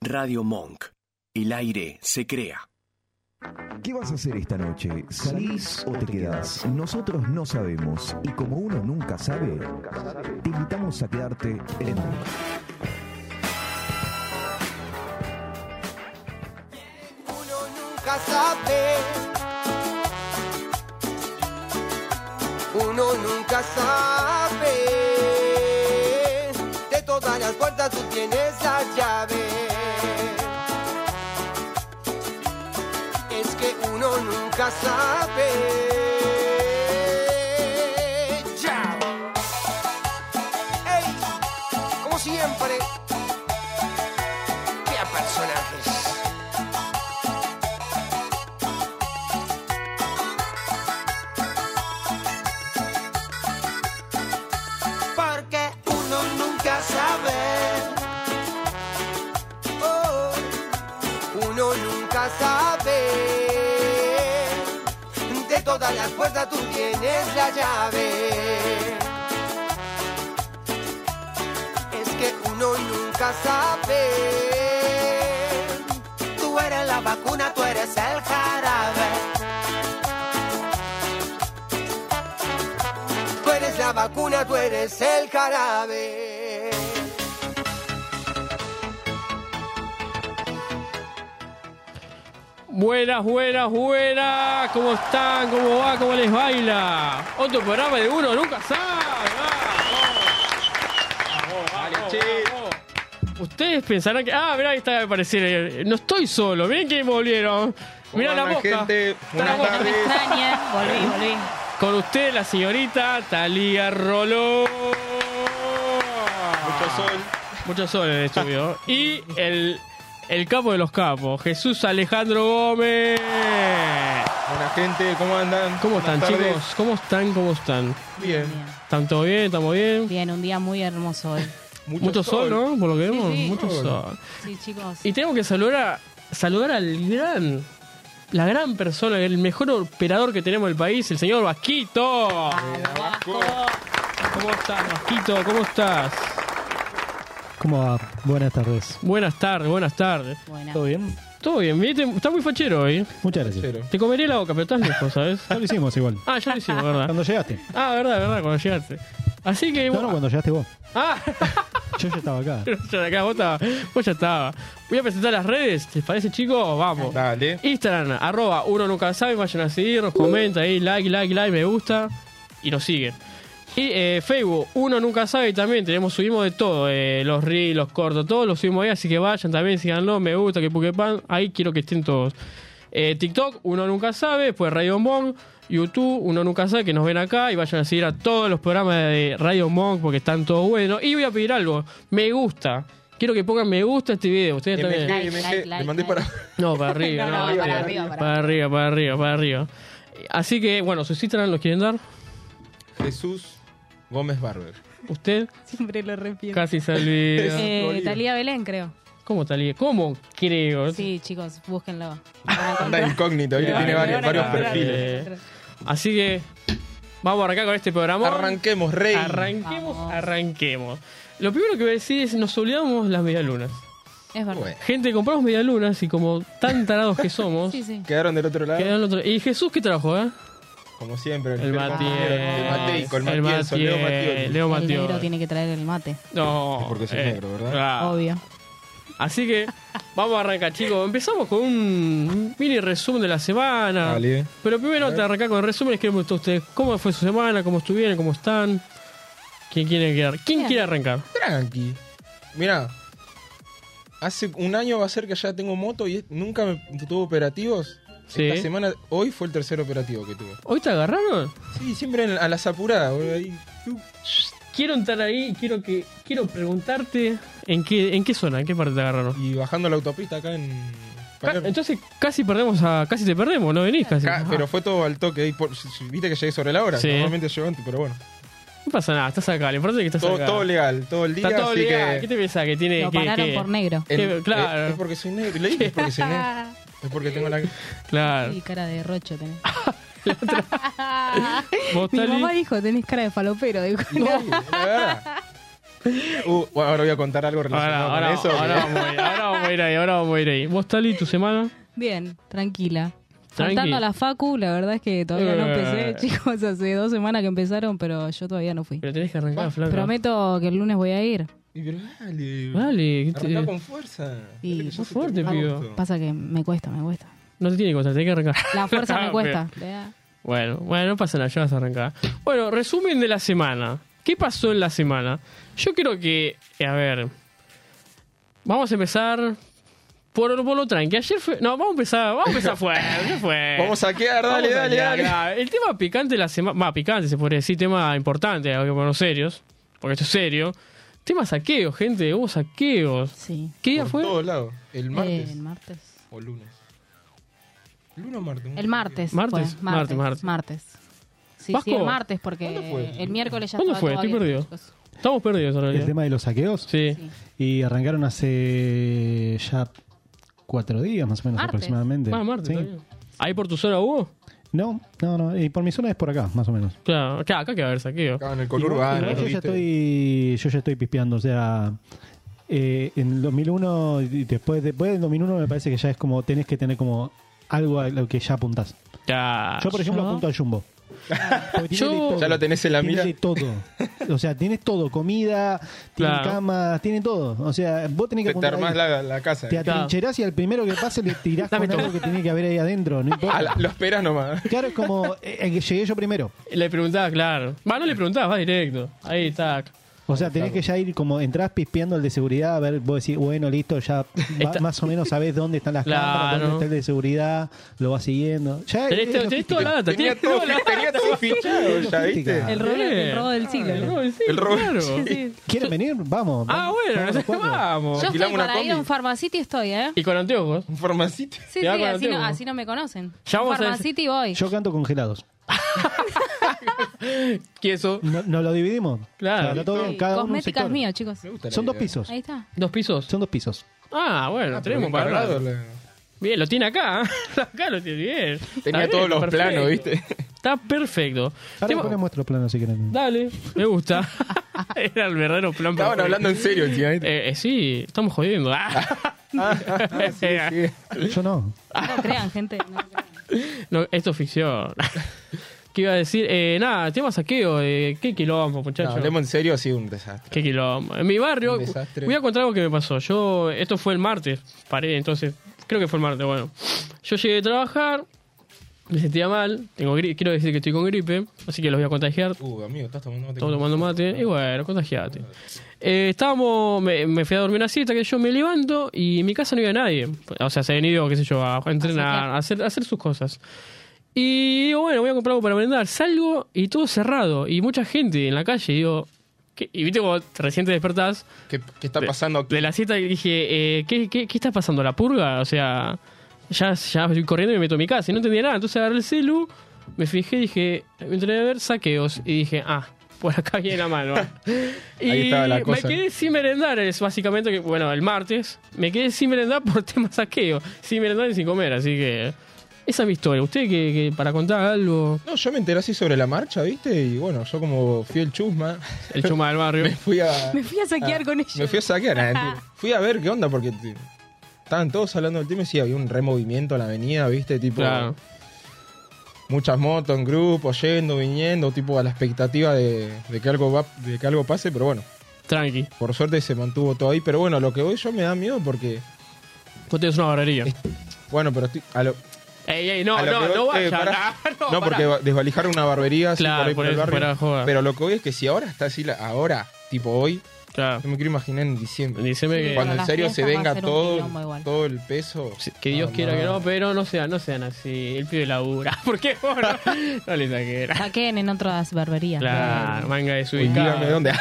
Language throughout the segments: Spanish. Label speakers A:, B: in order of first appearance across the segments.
A: Radio Monk. El aire se crea.
B: ¿Qué vas a hacer esta noche? ¿Salís o te quedás? Nosotros no sabemos y como uno nunca sabe, te invitamos a quedarte en Monk.
C: Uno nunca sabe. Uno nunca sabe. De todas las puertas tú tienes la llave. Es que uno nunca sabe. Ya. Ey, como siempre. Qué personajes. porque uno nunca sabe. Oh, uno nunca sabe. De todas las puertas tú tienes la llave. Es que uno nunca sabe. Tú eres la vacuna, tú eres el jarabe. Tú eres la vacuna, tú eres el jarabe.
D: Buenas, buenas, buenas. ¿Cómo están? ¿Cómo va? ¿Cómo les baila? Otro programa de uno nunca sabe. Vamos. Vamos, vamos. Ustedes pensarán que. Ah, mirá, ahí está de aparecer. el- No estoy solo. Miren que volvieron. Mirá la
E: andan,
D: mosca.
E: gente?
D: Está la
E: Buenas
D: mosca.
E: tardes.
F: extraña. Volví, volví.
D: Con usted, la señorita Talía Roló.
E: Mucho sol.
D: Mucho sol en el estudio. y el, el capo de los capos, Jesús Alejandro Gómez.
E: Buena gente, ¿cómo andan?
D: ¿Cómo están,
E: Buenas tardes.
D: chicos? ¿Cómo están? ¿Cómo están?
E: Bien.
D: ¿Están todo bien? ¿Estamos bien?
F: Bien, un día muy hermoso hoy.
D: Mucho, sol, ¿no? Por lo que vemos,
F: sí.
D: mucho sol.
F: Sí, chicos.
D: Y tenemos que saludar a, saludar al gran, la gran persona, el mejor operador que tenemos en el país, el señor Vasquito.
E: Vasco.
D: ¿Cómo estás, Vasquito? ¿Cómo estás?
G: ¿Cómo va? Buenas tardes.
D: Buenas tardes, buenas tardes.
F: Buenas.
G: ¿Todo bien?
D: Todo bien, ¿viste? Estás muy fachero hoy.
G: Muchas gracias.
E: Cero.
D: Te comeré la boca, pero estás lejos, ¿sabes?
G: Ya lo hicimos igual.
D: Ah, ya lo hicimos, ¿verdad?
G: Cuando llegaste.
D: Ah, verdad, verdad, cuando llegaste. Así que...
G: No, no, cuando llegaste vos.
D: Ah,
G: Yo ya estaba acá.
D: ya de acá, vos, estaba- vos ya estaba. Voy a presentar las redes, ¿te parece, chicos? Vamos.
E: Dale.
D: Instagram, arroba uno nunca sabe, vayan a seguirnos, comenta ahí, like, like, like, me gusta y nos siguen. Y eh, Facebook, uno nunca sabe también, tenemos, subimos de todo, eh, los reels, los cortos, todos los subimos ahí, así que vayan también, síganlo, me gusta, que puquepan, ahí quiero que estén todos. Eh, TikTok, uno nunca sabe, después Radio Monk, YouTube, uno nunca sabe, que nos ven acá y vayan a seguir a todos los programas de Radio Monk porque están todos buenos. Y voy a pedir algo, me gusta. Quiero que pongan me gusta a este video, ustedes también.
E: MG,
F: like,
E: MG.
F: like,
E: Le mandé
F: like.
E: para.
D: No, para arriba,
F: No,
D: no,
F: no,
D: viste.
F: para arriba, para
D: para arriba, para arriba, para arriba. Así que, bueno, sus Instagram los quieren dar.
E: Jesús Gómez Barber.
D: Usted
F: Siempre lo repito.
D: casi se olvida.
F: Eh,
E: Olivia.
F: Talía Belén, creo.
D: ¿Cómo tal? ¿Cómo creo?
F: Sí, chicos, búsquenlo.
E: Anda incógnito, ahí que
D: Dale,
E: tiene varios,
D: dale,
E: varios
D: dale.
E: perfiles.
D: Así que vamos a arrancar con este programa.
E: Arranquemos, rey.
D: Arranquemos,
F: Vamos.
D: arranquemos. Lo primero que voy a decir es nos olvidamos las medialunas.
F: Es verdad.
E: Bueno,
D: Gente, compramos medialunas y como tan tarados que somos,
F: Sí, sí.
E: Quedaron del otro lado,
D: quedaron otro- Y Jesús qué trajo, ¿eh?
E: como siempre.
D: El Mati.
E: El Mateico, el
D: El
E: Matienzo, el Leo
D: Matiel,
E: Matioli.
D: Leo
F: el
D: Matiol.
F: negro tiene que traer el mate,
D: No. eh,
E: Es porque soy negro, ¿verdad?
D: claro.
F: obvio.
D: Así que vamos a arrancar, chicos. Empezamos con un mini resumen de la semana.
E: Dale.
D: Pero primero antes de arrancar con el resumen, les queremos preguntar a ustedes cómo fue su semana, cómo estuvieron, cómo están. ¿Quién quiere quedar? ¿Quién
F: Bien.
D: quiere arrancar?
E: Tranqui. Mira, hace un año va a ser que ya tengo moto y nunca me tuvo operativos.
D: Sí.
E: Esta semana, hoy fue el tercer operativo que tuve.
D: ¿Hoy te agarraron?
E: Sí, siempre en- a las apuradas, boludo. Ahí.
D: Quiero entrar ahí y quiero que quiero preguntarte en qué en qué zona, en qué parte te agarraron.
E: Y bajando la autopista acá en.
D: Ca-
E: Palermo.
D: Ah, Entonces casi perdemos a casi te perdemos, no venís casi. Ah,
E: Ca- pero fue todo al toque. ahí por- si- si- Viste que llegué sobre la hora.
D: Sí.
E: Normalmente llego antes, pero bueno.
D: No pasa nada, estás acá, lo importante es que estás
E: Todo,
D: acá.
E: todo legal, todo el día.
D: Está todo
E: así
D: legal. ¿Qué
E: que.
D: te pensás que tiene
F: Lo
D: que-
F: pararon
D: que-
F: por negro.
D: te-
E: el-
D: claro.
E: Es, es porque soy negro. Leí que es porque soy negro. Es porque tengo la.
D: Claro.
F: Y cara de rocho tenés.
D: ¿Vos,
F: Mi
D: Tali?
F: mamá dijo, tenés cara de falopero. Dijo.
E: Sí, la verdad. Uh, bueno, ahora voy a contar algo
D: Ahora,
E: relacionado
D: ahora,
E: con eso.
D: ahora vamos a ir, ahora vamos a ir ahí, ahora vamos a ir ahí. ¿Vos, Tali, tu semana?
F: Bien, tranquila.
D: Tranqui.
F: Faltando a la Facu, la verdad es que todavía no
D: Eh. Eh,
F: empecé, chicos. Hace dos semanas que empezaron, pero yo todavía no fui.
D: Pero tenés que arrancar, Flaco.
F: Prometo que el lunes voy a ir.
E: Y pero dale.
D: Dale, ¿qué te-
E: Arrancá con fuerza.
F: Y-
E: Dale que ya
D: Eh, Más
E: se
D: fuerte,
E: terminó
D: pibe.
E: agosto.
F: Pasa que me cuesta, me cuesta.
D: no te tiene que costar, tenés que arrancar.
F: La fuerza me
D: Ah, Pero-
F: cuesta. Vea.
D: Bueno, bueno, no pasa nada, ya vas a arrancar. Bueno, resumen de la semana. ¿Qué pasó en la semana? Yo creo que, eh, a ver, vamos a empezar por, por lo tranqui. Ayer fue, no, vamos a empezar, vamos a empezar fuerte, ¿qué fue?
E: Vamos a quedar, dale,
D: Vamos a
E: dale,
D: llegar
E: dale.
D: grave. El tema picante de la semana, más picante se podría decir, tema importante, hay que ponernos serios, porque esto es serio. Tema saqueo, gente, hubo saqueos.
F: Sí.
D: ¿Qué día
E: Por
D: fue?
E: todos lados. El martes.
F: Eh, el martes.
E: o lunes. ¿Lunes o martes?
F: El martes.
D: Martes, martes,
F: fue, Martes.
D: martes.
F: martes. Sí,
D: Vasco,
F: sí, el martes, porque
E: ¿cuándo fue?
F: el miércoles ya
D: ¿Cuándo
F: estaba
D: fue?
F: todo
D: Estoy
F: abierto,
D: perdido.
F: chicos.
D: Estamos perdidos en
G: El
D: realidad.
G: tema de los saqueos.
D: Sí.
F: Sí.
G: Y arrancaron hace ya cuatro días más o menos
F: Martes.
G: aproximadamente.
D: Ah, martes.
G: Sí.
D: está bien. ¿Ahí por tu zona hubo?
G: No, no, no. Y por mi zona es por acá, más o menos.
D: Claro, claro, acá que va a haber saqueo.
E: Acá en el
G: Igual,
E: conurbano.
G: igual yo, ya
E: ¿viste?
G: estoy, yo ya estoy pispeando, o sea... eh, en el 2001, y después, después del 2001 me parece que ya es como, tenés que tener como algo a lo que ya apuntás.
D: Ya.
G: Yo, por ejemplo,
F: ¿yo?
G: apunto al jumbo. Porque tiene
D: Yo-
G: de todo.
E: Ya lo tenés en la
G: Tiene
E: mira.
G: de todo. O sea, tienes todo. Comida, tiene
D: Claro.
G: camas, tiene todo. O sea, vos tenés que
E: Te, te
G: apuntar
E: armás
G: ahí.
E: la, la casa. eh.
G: Te atrincherás y al primero que pase le tirás
D: Dame
G: con algo que tiene que haber ahí adentro. No importa.
E: A la- Ah, lo esperas nomás.
G: Claro, es como eh, eh, llegué yo primero.
D: Le preguntaba, claro. Va, no le preguntaba, va directo. Ahí está.
G: O sea, tenés que ya ir como entrás pispeando el de seguridad, a ver, vos decís, bueno, listo, ya va-
D: Está-
G: más o menos sabés dónde están las cámaras,
D: Claro.
G: dónde está el de seguridad, lo vas siguiendo. Ya
D: Tenés,
G: es
D: tenés toda la data,
E: Tenía
D: tenés
E: todo,
D: toda la data.
E: tenía todo fichado, ya
G: logística.
E: viste.
F: El robo, el robo del siglo.
D: El robo, sí,
E: El robo.
D: claro.
F: Sí.
G: ¿Quieren venir? Vamos.
D: Ah,
G: vamos,
D: bueno,
G: vamos los cuatro.
D: vamos.
F: Yo
E: Alquilamos
F: estoy
E: una
F: para ir a
E: combi.
F: un Pharmacity, estoy, ¿eh?
D: Y con anteojos.
E: Un farmacito.
F: Sí, sí,
D: Mirá cuando
F: así no,
D: tengo.
F: así no me conocen.
D: Ya vamos a decir-
F: Pharmacity voy.
G: Yo canto congelados.
D: Queso.
G: No- Nos lo dividimos.
D: Claro.
G: O sea, todo-
F: Sí,
G: cada uno un
F: Cosméticas
G: sector.
F: mío, chicos.
G: Son dos pisos.
F: Ahí está.
D: Dos pisos.
G: Son dos pisos.
D: Ah, bueno, tenemos para
E: parado.
D: hablar. Bien, lo tiene acá. ¿eh? acá lo tiene bien. Está
E: Tenía
D: bien,
E: todos los
D: perfecto.
E: planos, viste.
D: Está perfecto.
G: Ahora
D: Tema-
G: ponemos nuestro plano si quieren.
D: Dale, me gusta. Era el verdadero plan.
E: Estaban
D: perfecto.
E: hablando en serio encima. ¿viste?
D: Eh, eh, sí, estamos jodiendo. Eh,
E: Sí.
D: ah,
G: Yo no.
F: No crean, gente. no crean.
D: No, esto es ficción. ¿Qué iba a decir? Eh, nada, tema saqueo. eh, qué quilombo,
E: No,
D: muchachos.
E: hablemos en serio, ha sido un desastre.
D: qué quilombo. En mi barrio,
E: Un desastre.
D: voy a contar algo que me pasó. Yo, esto fue el martes, paré, entonces, creo que fue el martes, bueno. Yo llegué a trabajar, me sentía mal, tengo gri- quiero decir que estoy con gripe, así que los voy a contagiar.
E: Uh, amigo, estás tomando mate.
D: Estaba tomando mate. Y bueno, contagiate. Eh, estábamos, me, me fui a dormir una siesta, que yo me levanto y en mi casa no iba nadie. O sea, se habían ido, qué sé yo, a entrenar, a hacer, a hacer sus cosas. Y digo, bueno, voy a comprar algo para merendar. Salgo y todo cerrado. Y mucha gente en la calle. Y digo, ¿qué? y viste como recién te despertás
E: ¿Qué, qué está pasando aquí?
D: de la siesta y dije, eh, ¿qué, qué, qué está pasando? ¿La purga? O sea, ya, ya estoy corriendo y me meto a mi casa y no entendía nada. Entonces agarré el celu, me fijé, dije, me entré a ver saqueos y dije, ah, por acá viene la mano. y
E: Ahí estaba la cosa.
D: me quedé sin merendar, es básicamente que, bueno, el martes, me quedé sin merendar por tema saqueo, sin merendar y sin comer, así que esa es mi historia. Usted que, que para contar algo,
E: No, yo me enteré así sobre la marcha, ¿viste? Y bueno, yo como fui el chusma,
D: el chuma del barrio.
E: me fui a.
F: Me fui a saquear
D: Ah,
F: con ellos.
E: Me fui a saquear, eh, tío. fui a ver qué onda, porque t- estaban todos hablando del tema y sí, había un removimiento en la avenida, viste, tipo
D: Claro.
E: muchas motos en grupo, yendo, viniendo, tipo a la expectativa de, de que algo va, de que algo pase, pero bueno,
D: Tranqui,
E: por suerte se mantuvo todo ahí, pero bueno, lo que voy yo me da miedo porque,
D: usted es una barrería.
E: bueno, pero estoy, a lo,
D: Ey, ey, no,
E: a lo
D: no,
E: que voy-
D: no vaya.
E: eh, pará.
D: no, pará.
E: No, porque va- desvalijar una barbería, así
D: Claro,
E: por ahí
D: por
E: por el
D: eso,
E: barrio.
D: fuera de joda.
E: pero lo que voy es que si ahora está así, la- ahora, tipo hoy,
D: Claro.
E: no me quiero imaginar en diciembre.
D: Decime que,
E: Cuando
F: Pero
E: en
F: las
E: serio se
F: fiestas va
E: venga
F: a ser un
E: todo,
F: quilombo igual.
E: todo el peso.
D: que Dios
E: No,
D: quiera
E: no.
D: que no, pero no sean, no sean así. El pibe labura. ¿Por qué? vos no, no le saquera.
F: Saquen en otras barberías.
D: Claro, manga de su
E: Dígame dónde.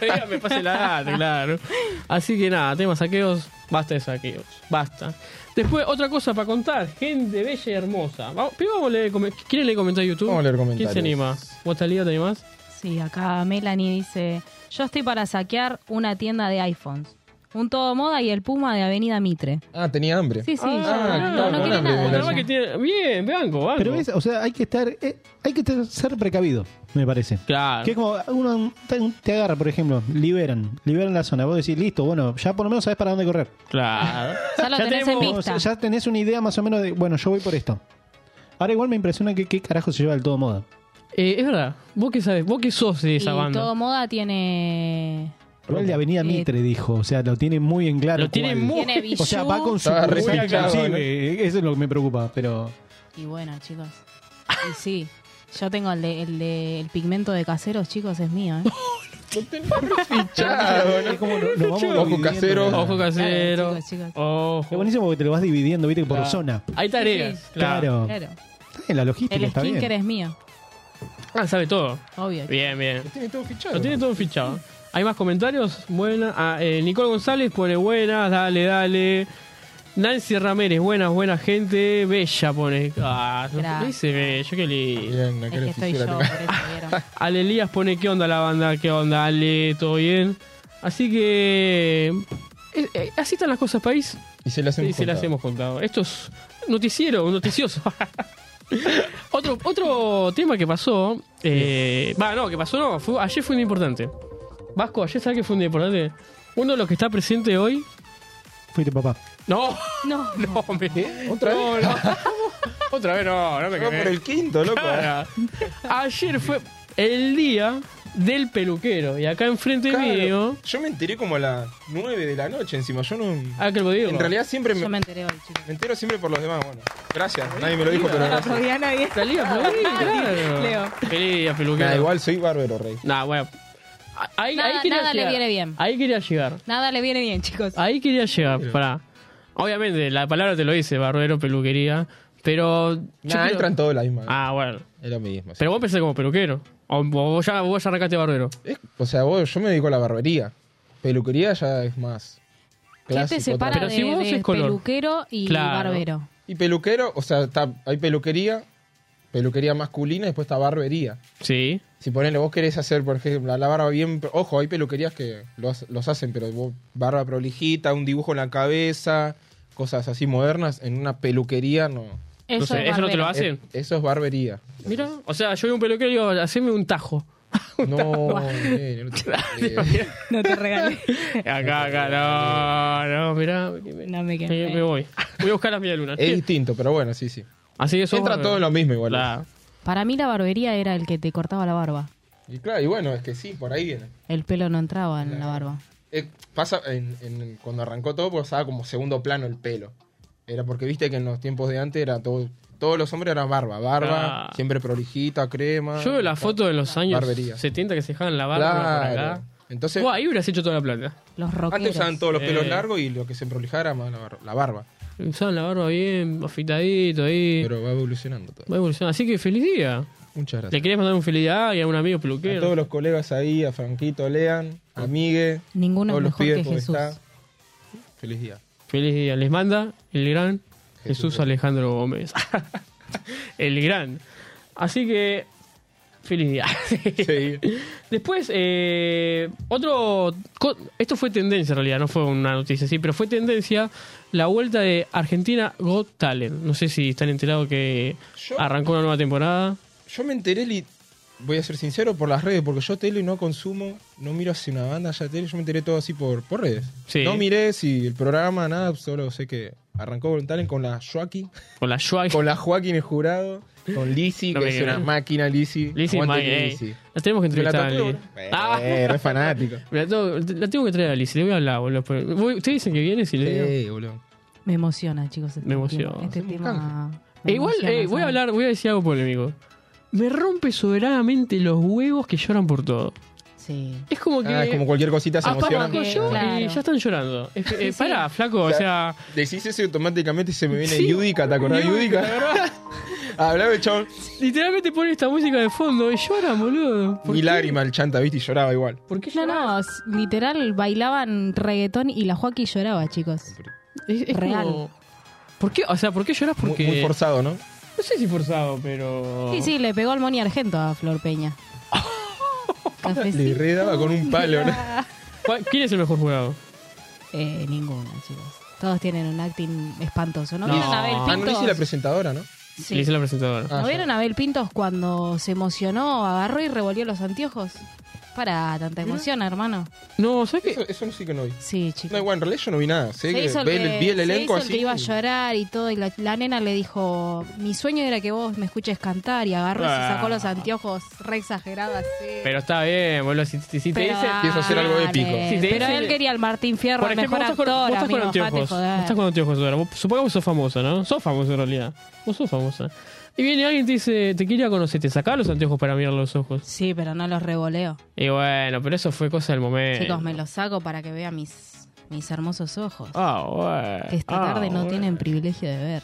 D: Dígame, pase la data, claro. Así que nada, tema saqueos, basta de saqueos. Basta. Después, otra cosa para contar. Gente bella y hermosa. Vamos, primero vamos a leer, come- ¿Quieren leer comentarios de YouTube?
E: Vamos a leer
D: ¿Quién
E: comentarios.
D: se anima? ¿Vos te te animás?
F: Sí, acá Melanie dice, yo estoy para saquear una tienda de iPhones. Un todo moda y el Puma de Avenida Mitre.
E: Ah, tenía hambre.
F: Sí, sí,
E: Ah,
F: ya,
E: claro,
F: no, no,
E: con
F: quiere
E: hambre,
F: nada.
E: boludo.
D: Además que tiene- Bien, banco, banco.
G: Pero es, o sea, hay que estar, eh, hay que ter- ser precavido, me parece.
D: Claro.
G: Que es como, uno te, te agarra, por ejemplo, liberan, liberan la zona. Vos decís, listo, bueno, ya por lo menos sabes para dónde correr.
D: Claro.
F: Ya lo
D: Ya
F: tenés en
D: tenemos-
F: vista.
G: O sea, ya tenés una idea más o menos de, bueno, yo voy por esto. Ahora igual me impresiona que qué carajo se lleva el todo moda.
D: Eh, es verdad. ¿Vos qué sabés? ¿Vos qué sos de esa
F: y
D: banda?
F: todo moda tiene.
G: Igual de Avenida
F: Eh,
G: Mitre dijo, o sea, lo tiene muy en claro.
D: Lo tiene
G: cuál.
D: muy-
F: Tiene
G: O sea, va con su
E: Estaba re
G: currículum,
E: sacado,
G: sí,
E: ¿no?
G: eh, Eso es lo que me preocupa, pero
F: Y bueno, chicos. Y sí. Yo tengo el de, el de- el pigmento de caseros, chicos, es mío. ¿eh?
E: Lo tenía fichado, ¿no?
G: es como nos- nos vamos
E: Ojo
G: dividiendo.
E: casero.
D: Ojo casero.
F: Claro, chicos, chicos.
G: Es
D: Ojo.
G: buenísimo porque te lo vas dividiendo, viste, por
D: Claro.
G: zona.
D: Hay tareas.
F: Sí, sí.
D: Claro.
G: Claro.
F: Claro.
G: Está bien, la logística
F: El
G: está bien.
F: skinker es mío,
D: Ah, sabe todo.
F: obvio.
D: Bien, bien.
E: Lo tiene todo fichado.
D: Lo tiene todo fichado. ¿Hay más comentarios? Buena. Ah, eh, Nicole González pone buenas, dale, dale. Nancy Ramírez, buenas, buena gente. Bella pone. Ah, no
F: Gracias.
D: dice bello, qué lindo.
E: Bien,
F: Es
E: acá
F: que
E: le
F: estoy
E: fijé
F: yo,
E: la
F: por
E: tecla.
F: eso vieron.
D: Ale Elías pone qué onda la banda, qué onda, Ale, todo bien. Así que. eh, eh, así están las cosas, país.
E: Y se la hacemos.
D: Y se las
E: contar.
D: hemos contado. Esto es noticiero, un noticioso. otro, otro tema que pasó. eh, Va, no, que pasó no. fue- ayer fue un día importante. Vasco, ayer sabes que fue un día importante. Uno de los que está presente hoy.
G: Fuiste papá.
D: No,
F: No,
D: no, me.
E: ¿Otra
D: no,
E: vez?
D: no. Otra vez no, no me
E: Va por
D: quemé.
E: el eh. quinto, loco.
D: Cara. Ayer fue el día del peluquero. Y acá enfrente
E: Claro.
D: mío.
E: Yo me enteré como a las 9 de la noche encima. Yo no.
D: Ah, que lo digo.
E: En realidad siempre me,
F: yo me enteré hoy, chicos.
E: me entero siempre por los demás. Bueno, gracias. Nadie me lo dijo, pero gracias.
F: a nadie.
D: Salí a aplaudir, claro.
F: Leo.
D: Feliz día, peluquero.
E: Nah, igual soy bárbaro, rey.
D: Nah, bueno. A- Ahí,
F: Nada-
D: ahí quería
F: nada le
D: llegar.
F: viene bien.
D: Ahí quería llegar.
F: Nada le viene bien, chicos.
E: Ah,
D: Ahí quería llegar. Pará. Obviamente, la palabra te lo dice, barbero, peluquería. Pero. yo
E: Nah,
D: creo-
E: entran todos la misma.
D: Ah, bueno.
E: Es lo mismo. sí.
D: Pero vos empecé como peluquero. O o vos ya, vos ya arrancaste barbero.
E: Es- o sea, vos, yo me dedico a la barbería. Peluquería ya es más.
F: ¿Qué
E: clásico,
F: te separa
E: tal.
D: Pero
F: de,
D: si vos
F: de
D: es color.
F: peluquero y
D: Claro.
F: barbero?
E: Y peluquero, o sea, está- hay peluquería, peluquería masculina y después está barbería.
D: Sí.
E: Si ponele, vos querés hacer, por ejemplo, la barba bien. Ojo, hay peluquerías que los, los hacen, pero vos, barba prolijita, un dibujo en la cabeza, cosas así modernas. En una peluquería no.
D: No
F: Eso,
D: sé,
F: es
D: eso no te lo
F: barbero.
D: hacen.
E: Es- eso es barbería.
D: Mira. O sea, yo vi un peluquero y digo, haceme un tajo.
E: No, nene, no te-
F: No te regalé.
D: Acá, acá, no, no, mirá. Me,
F: No me quemé.
D: me voy. Voy a buscar las media luna.
E: es distinto, pero bueno, sí, sí.
D: Así que sos
E: Entra
D: barbero.
E: todo en lo mismo igual.
D: Claro.
F: Para mí la barbería era el que te cortaba la barba.
E: Y claro, y bueno, es que sí, por ahí viene.
F: El pelo no entraba en la barba.
E: Eh, pasa en, en- cuando arrancó todo pues, estaba como segundo plano el pelo era porque viste que en los tiempos de antes era todo todos los hombres eran barba barba
D: Ah.
E: siempre prolijita crema
D: Yo veo la foto de los años
E: Ah, Barbería.
D: 70 que se dejaban la barba por
E: Claro.
D: acá.
E: entonces
D: Buah, ahí hubieras hecho toda la plata.
F: Los
E: antes
F: rockeros.
E: usaban todos los pelos
D: Eh.
E: largos y lo que se prolijara era más la bar- la barba
D: Usaban la barba bien, afeitadito ahí.
E: pero va evolucionando todo
D: Va evolucionando. Así que feliz día.
E: muchas
D: Le
E: gracias
D: querías mandar un feliz día a alguien, a un amigo
E: a todos
D: peluquero.
E: los colegas ahí a Franquito Lean a Migue
F: Ninguno
E: todos
F: es
E: los
F: mejor
E: pibes
F: que
E: porque
F: Jesús.
E: está feliz día
D: Feliz día. Les manda el gran Jesús Alejandro Gómez. el gran. Así que feliz día.
E: Sí.
D: Después, eh, otro... co- Esto fue tendencia en realidad, no fue una noticia, sí, pero fue tendencia la vuelta de Argentina Got Talent. No sé si están enterados que
E: Yo-
D: arrancó una nueva temporada.
E: Yo me enteré, li- voy a ser sincero, por las redes, porque yo tele no consumo, no miro así una banda ya tele, yo me enteré todo así por, por redes.
D: Sí.
E: No miré si el programa, nada, solo sé que arrancó con Talent con la Joaquín,
D: Con la Schweig.
E: con la Joaquín el jurado, con Lizzy,
D: No
E: que
D: me
E: es
D: digas.
E: una máquina Lizzy.
D: Lizzy
E: Aguante
D: Mike, eh.
E: Lizzy.
D: La tenemos que
E: ¿Te la
D: entrevistar. a
E: tatuó?
D: Lizzy. Ah,
E: Eh, re fanático.
D: la, tengo, la tengo que traer a Lizzy, le voy a hablar, boludo. porque- voy- Ustedes dicen que viene si le digo.
E: Sí, boludo.
F: Me emociona, chicos. Este
D: Me emociona.
F: tema. Este
E: Hacemos
F: tema.
D: Eh,
F: me
D: igual,
F: emociona,
D: eh, voy a
F: ¿sabes?
D: hablar, voy a decir algo polémico. Me rompe soberanamente los huevos que lloran por todo.
F: Sí.
D: Es como que.
E: Ah, es como cualquier cosita se emociona.
F: que-
D: aparezco yo
F: Claro.
D: y ya están llorando. Es que, eh,
F: Sí, sí.
D: Pará, flaco, o sea.
E: Decís eso y automáticamente se me viene
D: Sí.
E: Yudica, ¿te acordás de
D: Yudica,
E: Yudica? Hablaba el chabón.
D: Literalmente ponen esta música de fondo y lloran, boludo. ¿Por
E: Mi
D: qué?
E: lágrima el chanta, viste, y lloraba igual.
D: ¿Por qué
F: No,
D: lloran?
F: no, s- literal bailaban reggaetón y la Joaquín lloraba, chicos.
D: Es, es
F: Real.
D: como- ¿Por qué? O sea, ¿por qué lloras?
E: Muy-
D: Porque.
E: muy forzado, ¿no?
D: No sé si forzado, pero.
F: Sí, sí, le pegó al Moni Argento a Flor Peña.
E: Le
F: Cafecito.
E: redaba con un palo, ¿no? Ah,
D: ¿Cuál- ¿Quién es el mejor jurado?
F: Eh, ninguno, chicos. Todos tienen un acting espantoso. ¿No,
D: No.
F: vieron a Abel
D: Ah,
E: Ah, no le
F: Pintos?
E: hice la presentadora, ¿no?
F: Sí.
D: Le hice la presentadora.
E: Ah, ya.
F: ¿No vieron a Abel Pintos cuando se emocionó, agarró y revolvió los anteojos? Para tanta emoción, hermano.
D: No, ¿sabes qué?
E: Eso, eso no sí que no vi.
F: Sí, chicos.
E: No, igual, en realidad yo no vi nada. Sé
F: Se
E: que
F: hizo el
E: ve-
F: que-
E: vi el
F: se
E: elenco
F: hizo el
E: así.
F: que iba a llorar y todo, y la, la nena le dijo, mi sueño era que vos me escuches cantar, y agarró y se
D: Ah.
F: sacó los anteojos re exagerados así.
D: Pero está bien, boludo. Si, si- si te
F: Pero
D: dice.
E: quiso hacer algo
F: dale,
E: épico.
D: Si te
F: pero
D: dice-
F: él quería al Martín Fierro,
D: Por
F: el
D: ejemplo,
F: mejor
D: vos estás, con,
F: actor,
D: vos estás con
F: amigo, dejate
D: anteojos.
F: joder.
D: Vos estás con anteojos ahora. Vos- Supongamos que sos famoso, ¿no? Sos famoso en realidad. Vos sos famosa. Y viene alguien y te dice, te quería conocer, te sacaba los anteojos para mirar los ojos.
F: Sí, pero no los revoleo.
D: Y bueno, pero eso fue cosa del momento.
F: Chicos, me los saco para que vean mis, mis hermosos ojos.
D: Ah, bueno.
F: que esta
D: Ah,
F: tarde no
D: bueno.
F: tienen privilegio de ver.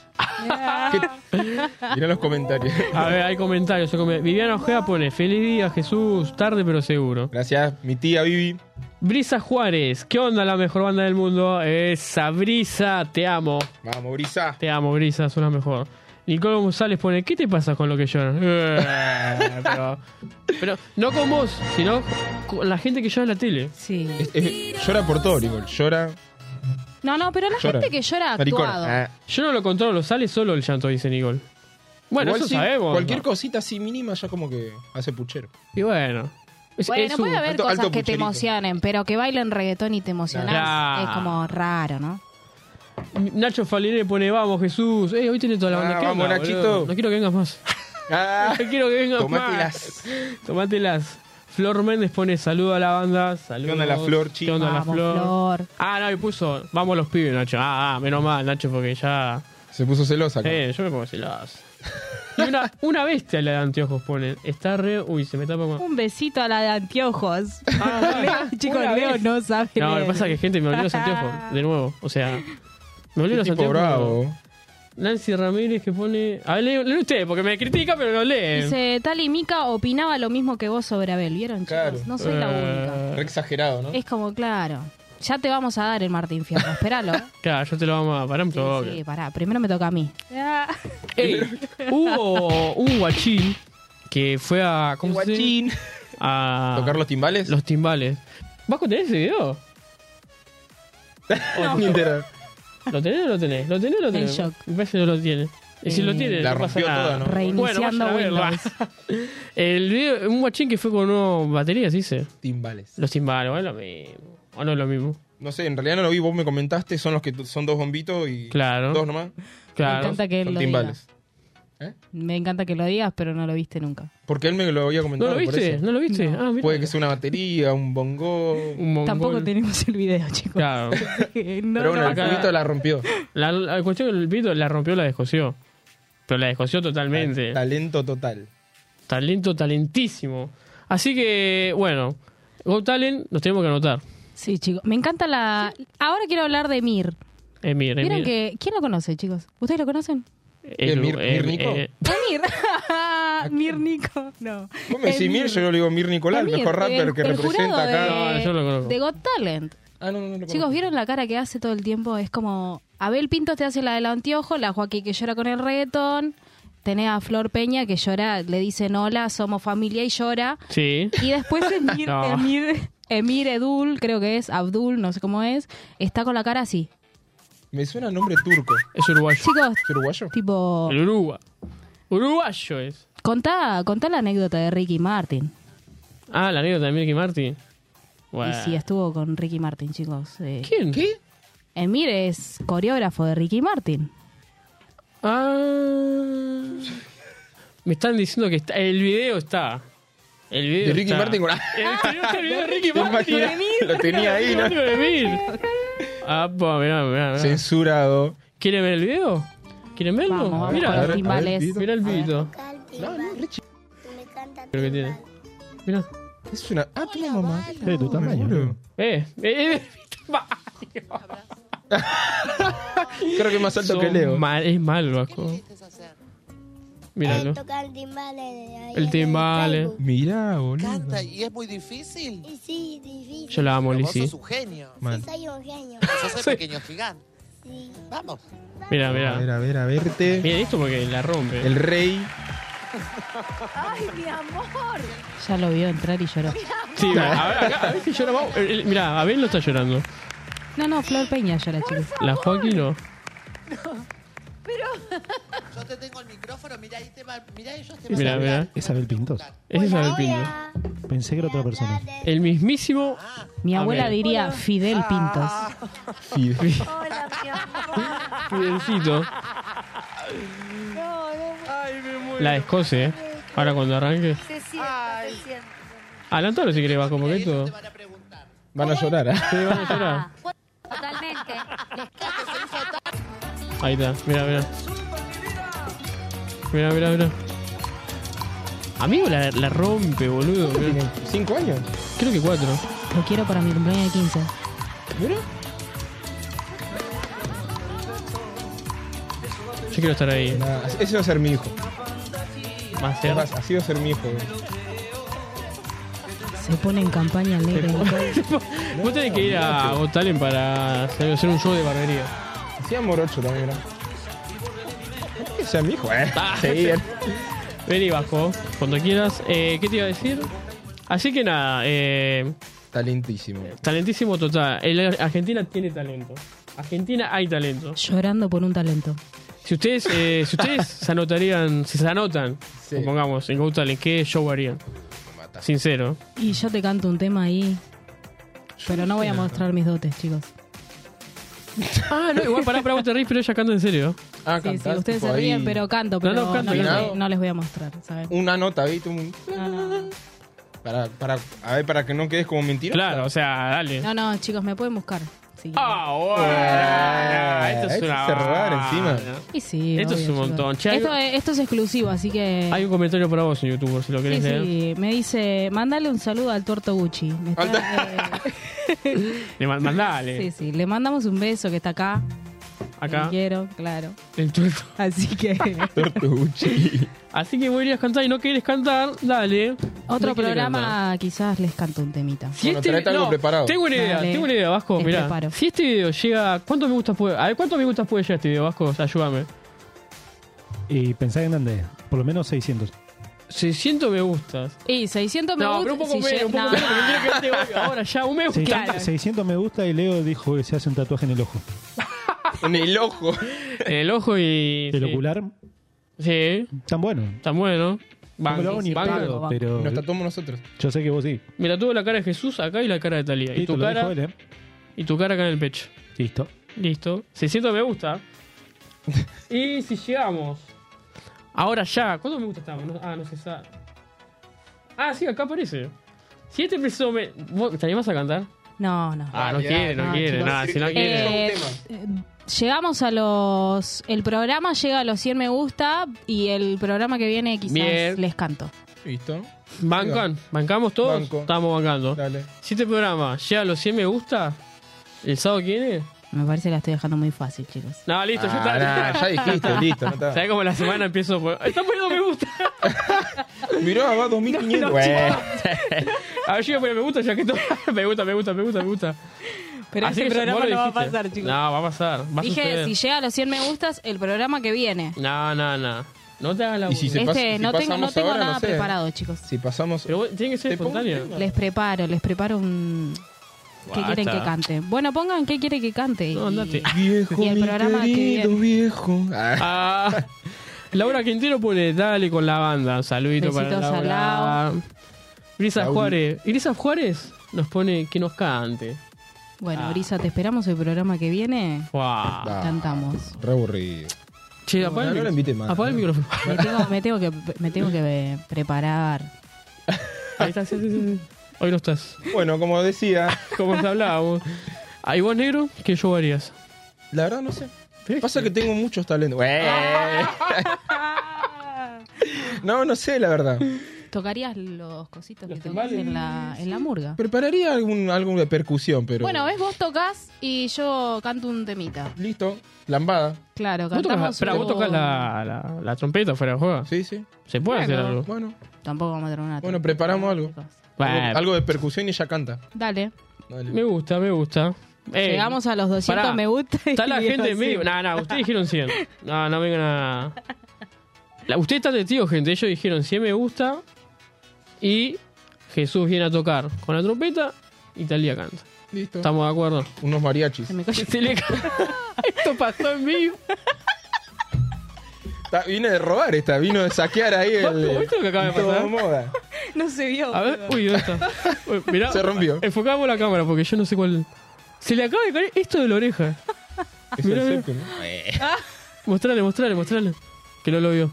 E: Mirá los comentarios.
D: A ver, hay comentarios. Yo come- Viviana Ojea pone, feliz día Jesús, tarde pero seguro.
E: Gracias, mi tía Vivi.
D: Brisa Juárez, ¿qué onda la mejor banda del mundo? Esa Brisa, te amo.
E: Vamos, Brisa.
D: Te amo, Brisa, son la mejor. Nicolo González pone, ¿qué te pasa con lo que lloran? Eh, pero, pero no con vos, sino con la gente que llora en la tele.
F: Sí.
E: Es- es- Eh, llora por todo, Nicole. Llora.
F: No, no, pero la
E: Llora.
F: gente que llora ha actuado.
E: Maricona. Ah.
D: Yo no lo controlo, sale solo el llanto, dice Nicol. Bueno,
E: Igual
D: eso
E: sí,
D: sabemos.
E: Cualquier
D: ¿no?
E: cosita así mínima ya como que hace puchero.
D: Y bueno. Es,
F: Bueno,
D: es su-
F: puede haber
E: alto-
F: cosas
E: alto
F: que te
E: pucherito.
F: emocionen, pero que bailen reggaetón y te emocionás
D: Claro.
F: es como raro, ¿no?
D: Nacho Faline pone, vamos Jesús. Eh, hoy tiene toda la
E: Ah,
D: banda. ¿Qué
E: vamos,
D: onda,
E: Nachito.
D: boludo? No quiero que vengas más.
E: Ah,
D: No quiero que vengas más.
E: tomátelas.
D: Tomátelas. Flor Méndez pone, saludo a la banda. Saludos.
E: ¿Qué onda la Flor, chico?
D: ¿Qué onda la
F: Vamos,
D: Flor?
F: Flor.
D: Ah, no, y puso, vamos los pibes, Nacho. Ah, ah, menos mal, Nacho, porque ya...
E: Se puso celosa. acá.
D: Eh, yo me pongo celoso. Y una, una bestia le de anteojos pone. Está re... Uy, se me tapa con...
F: Un besito a la de anteojos.
D: Ah,
F: Chicos,
D: una
F: Leo
D: vez.
F: no sabe.
D: No, lo que
F: leer.
D: pasa es que gente me olvidó los anteojos, de nuevo. O sea, me
E: Qué
D: olvidó los
E: tipo
D: anteojos.
E: bravo.
D: Nancy Ramírez que pone. A ver, lee- leen ustedes, porque me critica, pero no
E: Eh,
D: leen.
F: Dice, tal y Mika opinaba lo mismo que vos sobre Abel, ¿vieron, chicos?
E: Claro.
F: No soy la única.
E: Re
D: Eh,
E: exagerado, ¿no?
F: Es como, claro, ya te vamos a dar el Martín Fierro, esperalo.
D: Claro, yo te lo vamos a parar un
F: Sí,
D: toque.
F: sí, pará, primero me toca a mí.
E: Ah.
D: Ey, hubo un guachín que fue a. ¿Cómo se dice? A.
E: ¿Tocar los timbales?
D: los timbales. ¿Vas a tener ese video?
E: Ni entera.
D: ¿Lo tenés o no lo tenés? ¿Lo tenés o no lo
F: En
D: tenés?
F: shock.
D: Me parece que no lo tiene. Y si
F: Eh,
D: lo tiene,
E: La
D: no pasa
E: rompió
D: nada.
E: toda, ¿no?
F: Reiniciando
D: bueno, vayan a verlo.
F: Windows.
D: El video, un guachín que fue con una batería, ¿sí? dice?
E: Timbales.
D: Los timbales, bueno, lo mismo. ¿O no es lo mismo?
E: No sé, en realidad no lo vi, vos me comentaste, son los que t- son dos bombitos y
D: Claro.
E: dos nomás.
D: Claro.
F: encanta que él
E: son
F: lo
E: timbales. ¿Eh?
F: Me encanta que lo digas, pero no lo viste nunca.
E: Porque él me lo había
D: ¿No
E: comentado.
D: lo
E: por
D: viste?
E: eso.
D: ¿No lo viste? Ah, mira.
E: Puede que sea una batería, un bongo.
D: Un mongol.
F: Tampoco tenemos el video, chicos.
D: Claro.
F: No,
E: Pero bueno,
F: no,
E: el
D: acá-
E: pibito la rompió.
D: La, la cuestión que el pito la rompió, la descosió. Pero la descosió totalmente.
E: Talento total.
D: Talento talentísimo. Así que, bueno, Go Talent nos tenemos que anotar.
F: Sí, chicos. Me encanta la. Ahora quiero hablar de Mir.
D: Emir,
F: ¿Vieron
D: Emir.
F: que. ¿Quién lo conoce, chicos? ¿Ustedes lo conocen?
D: El-
E: Mir-
D: eh,
E: Mir Nico?
D: eh,
F: Mir. Mir Nico. No.
E: Vos me decís Mir, yo le digo Mir Nicolás, el
F: Emir,
E: mejor rapper
F: el-
E: que
F: el
E: representa
F: jurado
E: acá.
D: No,
F: De,
D: yo lo conozco.
F: de Got Talent.
E: Ah, no, no, no lo
F: Chicos,
E: conozco.
F: ¿vieron la cara que hace todo el tiempo? Es como. Abel Pinto te hace la del anteojo, la Joaquín que llora con el reggaetón. Tenés a Flor Peña que llora, le dicen hola, somos familia y llora.
D: sí.
F: Y después Emir,
D: No.
F: Emir, Emir Edul, creo que es, Abdul, no sé cómo es, está con la cara así.
E: Me suena nombre turco.
D: Es uruguayo.
F: Chicos,
E: ¿Es uruguayo?
F: tipo,
D: El Uruguay. Uruguayo es.
F: contá, contá la anécdota de Ricky Martin.
D: Ah, la anécdota de Mirky Martin.
F: Y
D: Bueno.
F: si estuvo con Ricky Martin, chicos. eh,
D: ¿Quién?
E: ¿Qué?
F: Emir es coreógrafo de Ricky Martin.
D: Ah. Me están diciendo que está. El video está. El video
E: De Ricky
D: está.
E: Martin con-
D: El video está el video de Ricky
E: ¿Te
D: Martin.
E: imaginas? Lo tenía ahí,
D: Ricky
E: ¿no?
D: Martin con Emil. Ah, pues, mirá, mirá, mirá.
E: Censurado.
D: ¿Quieren ver el video? ¿Quieren verlo?
F: Vamos, vamos
D: mirá,
F: con los timbales.
E: Pito.
D: mirá el video. Creo que tiene. Mirá.
E: Es una. Ah, tu mamá.
G: Es de tu tamaño.
E: Seguro.
D: Eh, eh, eh.
E: Creo que es más alto que
D: Son
E: Leo.
D: mal- es mal, Vasco. Míralo.
H: Tocar el timbal. eh, ahí en
D: El timbale.
H: Facebook.
E: Mirá, boludo.
C: Canta y es muy difícil.
H: Y sí, difícil.
D: Yo la amo,
C: Pero vos
D: Lizzy.
C: sos un genio.
E: Mal.
H: Soy un genio.
C: Sos el pequeño gigante.
H: Sí.
C: Vamos.
D: Mira,
E: A ver,
D: mira.
E: a ver, a verte.
D: Mira esto porque la rompe.
E: El rey.
H: Ay, mi amor.
F: Ya lo vio entrar y lloró.
D: Sí, a ver, acá, a ver si llora. Mira, Abel no está llorando.
F: No, no, Flor Peña llora,
I: Por
F: chicos.
I: favor.
D: La Joaquín no.
I: Pero
J: Yo te tengo el micrófono, mira, ahí te va, mira, ellos te
D: Mira,
J: van a
D: mira.
J: hablar.
G: Isabel Pintos.
D: Ese es Isabel Pinto.
H: Hola.
G: Pensé que era otra persona.
D: El mismísimo.
F: Mi
D: A
F: abuela
D: ver.
F: diría Fidel Pintos.
D: Ah.
I: hola, mi amor.
D: Fidelcito.
I: No, no,
D: La de Escocia, eh. Ahora cuando arranque.
I: se sienta, se sienta.
D: Adelantalo si querés, va como que todo.
J: Te van a preguntar.
E: Van a llorar. ¿eh?
D: Sí, vamos a llorar.
I: Totalmente.
D: Ahí está, mira, mira. Mira, mira, mira. Amigo, la, la rompe, boludo. mirá.
E: ¿Tienen ¿Cinco años?
D: Creo que cuatro.
F: Lo quiero para mi cumpleaños de 15.
E: Mira.
D: Yo quiero estar ahí.
E: Nada, ese va a ser mi hijo.
D: Va a ser.
E: Además, así va a ser mi hijo.
F: Se pone en campaña alegre.
D: Vos tenés que ir a Got Talent para hacer hacer un show de barbería.
E: Hacía morocho también, mira. Que sea mi hijo, eh.
D: Ah.
E: Sí, bien.
D: Vení, bajo, cuando quieras. Eh, ¿Qué te iba a decir? Así que nada, eh,
E: Talentísimo.
D: talentísimo total. El- Argentina tiene talento. Argentina hay talento.
F: Llorando por un talento.
D: Si ustedes, eh, si ustedes se anotarían, si se anotan,
E: Sí.
D: pongamos, en Got Talent, ¿qué show harían? Sincero.
F: Y yo te canto un tema ahí. Pero no voy a mostrar mis dotes, chicos.
D: Ah, no, igual pará, pará, vos te reís, pero ella canta en serio.
E: Ah,
F: Sí, sí,
E: cantás,
F: ustedes
E: tipo,
F: se ríen,
E: ahí
F: pero canto, pero
D: no,
F: no,
D: canto,
F: les,
E: no.
F: no les voy a mostrar, ¿saben?
E: Una nota, ¿viste? Un-
F: No, no,
E: Para, para, a ver, para que no quedes como mentira.
D: Claro, o sea, dale.
F: no, no, chicos, me pueden buscar. Sí.
D: Ah, bueno. Esto es
E: Esto
D: una.
E: es cerrar
D: banda.
E: encima.
F: Y sí,
D: Esto es un
F: chicos.
D: montón. Che, hay-
F: esto, es, esto es exclusivo, así que...
D: Hay un comentario para vos en YouTube, si lo
F: Sí,
D: querés leer.
F: sí, me dice, mándale un saludo al Tuerto Gucci. Me está- eh,
D: Le man- mandale.
F: sí, sí, le mandamos un beso que está acá.
D: Acá.
F: Lo quiero, claro.
D: El tuerto.
F: Así que
E: Tortuguchi.
D: Así que vos irías a cantar y no querés cantar, dale. No
F: otro
D: quiere cantar.
F: programa quizás les canto un temita.
D: Si este-
E: Bueno, traete algo preparado.
D: Tengo una idea,
F: Dale.
D: tengo una idea, Vasco.
F: Les
D: Mirá,
F: preparo.
D: si este video llega. ¿Cuántos me gustas puede.? A ver, ¿cuántos me gustas puede llegar este video, Vasco? O sea, ayúdame.
G: Y pensá en grande. Por lo menos 600.
D: 600 me gustas.
F: Y 600 me
D: no,
F: gusta-
D: pero un poco
F: si
D: menos,
F: lle-
D: un poco
F: no.
D: menos. porque quiero que este- ahora ya, un me gusta.
G: 600,
F: Claro.
G: 600 me gusta y Leo dijo que se hace un tatuaje en el ojo.
E: En el ojo.
D: En el ojo y.
G: El
D: sí.
G: ocular,
D: Sí,
G: tan bueno.
D: está bueno.
G: No me lo hago ni en
D: Banco.
G: pedo,
F: banco.
G: pero
E: Nos tatuamos nosotros.
G: yo sé que vos sí.
D: Mira, tuvo la cara de Jesús acá y la cara de Talía. Y
G: Listo,
D: tu
G: lo dijo
D: cara,
G: él, ¿eh?
D: y tu cara acá en el pecho.
G: Listo.
D: Listo. 600 me gusta. y si llegamos. Ahora ya. ¿Cuántos me gusta estamos? No- ah, no sé. sa- Ah, sí, acá aparece. Si este preciso me. ¿Vos te animás a cantar?
F: No, no.
D: Ah, no
E: mirá,
D: quiere, no
F: no,
D: quiere.
F: chicos.
D: Nada, si no quiere.
F: Eh, Llegamos a los el programa llega a los 100 me gusta y el programa que viene quizás
D: Bien.
F: les canto.
E: ¿Listo?
D: ¿Bancan? ¿Bancamos todos?
E: Banco.
D: Estamos bancando.
E: Dale.
D: Si este programa llega a los 100 me gusta, ¿el sábado quiere?
F: Me parece que la estoy dejando muy fácil, chicos.
D: No, listo, ya
E: Ah,
D: está.
E: nah, ya dijiste, listo. No está.
D: ¿Sabes cómo la semana empiezo? por- Está poniendo me gusta.
E: Mirá, va 2500.
D: No, no,
E: Bueno.
D: A ver, yo voy a poner me gusta ya que todo. Me gusta, me gusta, me gusta, me gusta.
F: Pero
D: Así
F: ese
D: que ya-
F: programa
D: vos lo
F: no va a
D: dijiste.
F: pasar, chicos.
D: No, va a pasar. Va a
F: Dije,
D: suceder.
F: si llega a los 100 me gustas, el programa que viene.
D: No, no, no. No te hagas la
E: Y si
D: buena.
E: se-
F: Este,
E: pasa- si
F: no tengo, no
E: pasamos
F: tengo
E: ahora,
F: nada
E: no sé.
F: preparado, chicos.
E: Si pasamos.
D: Pero vos- tiene que ser
E: Te pongo un
D: espontáneo.
F: Les preparo, les preparo un... ¿Qué
D: Basta.
F: quieren que cante? Bueno, pongan qué quiere que cante.
D: No,
F: y-
D: andate.
E: Viejo,
F: Y el
E: mi
F: programa que
E: querido
F: viene.
E: viejo. Ah,
D: Ah, Laura Quintero pone dale con la banda. Un saludito
F: Besitos
D: para
F: a
D: Laura. Grisa
E: Lauri.
D: Juárez. Grisa Juárez nos pone que nos cante.
F: Bueno, Brisa, te esperamos el programa que viene.
D: Wow.
E: Ah,
F: Cantamos.
E: Re aburrido.
D: Che,
E: No,
D: apaga
E: no
D: el, mic-
E: lo invite más.
D: apaga el micrófono.
F: Me tengo, me tengo que, me tengo que eh, preparar.
D: Ahí está, sí, sí, sí. Hoy no estás.
E: Bueno, como decía,
D: Como te hablábamos. Ahí Ah, vos negro, que yo harías.
E: la verdad no sé. Pasa que tengo muchos talentos. No, no sé, la verdad.
F: ¿Tocarías los cositos que tocas
D: timbales.
F: en la, en la murga?
E: Prepararía algún, algo de percusión, pero.
F: Bueno, ves, vos tocas y yo canto un temita.
E: Listo, lambada.
F: Claro,
D: Vos tocas,
F: cantamos.
D: espera, vos
F: un-
D: tocas la, la, la trompeta fuera de juego.
E: Sí, sí.
D: Se puede hacer
F: Bueno.
D: algo.
E: Bueno,
F: Tampoco vamos a tener una.
E: Bueno, preparamos algo.
D: Bah,
E: algo, algo de percusión y ella canta.
F: Dale.
E: Dale.
D: Me gusta, me gusta. Eh,
F: Llegamos a los 200
D: pará.
F: me gusta. y
D: Está la gente en
F: así.
D: vivo. No, no, ustedes dijeron 100. No, no vengan a. La- ustedes están testigos, gente. Ellos dijeron 100 me gusta y Jesús viene a tocar con la trompeta y Talía canta.
E: Listo.
D: Estamos de acuerdo.
E: Unos mariachis.
F: Se me cayó.
D: Se le ca- Esto pasó en mí.
E: Está- vino de robar esta, vino de saquear ahí el.
D: ¿Viste lo que acaba de
E: todo
D: pasar?
E: moda.
F: No se vio.
D: A ver, uy, ¿dónde está? Uy, mirá,
E: Se rompió.
D: Enfocamos la cámara porque yo no sé cuál. Se le acaba de caer esto de la oreja.
E: Es
D: Mirá,
E: el
D: mirá.
E: septum, ¿no?
D: Mostrale, mostrale, mostrale. Que no lo vio.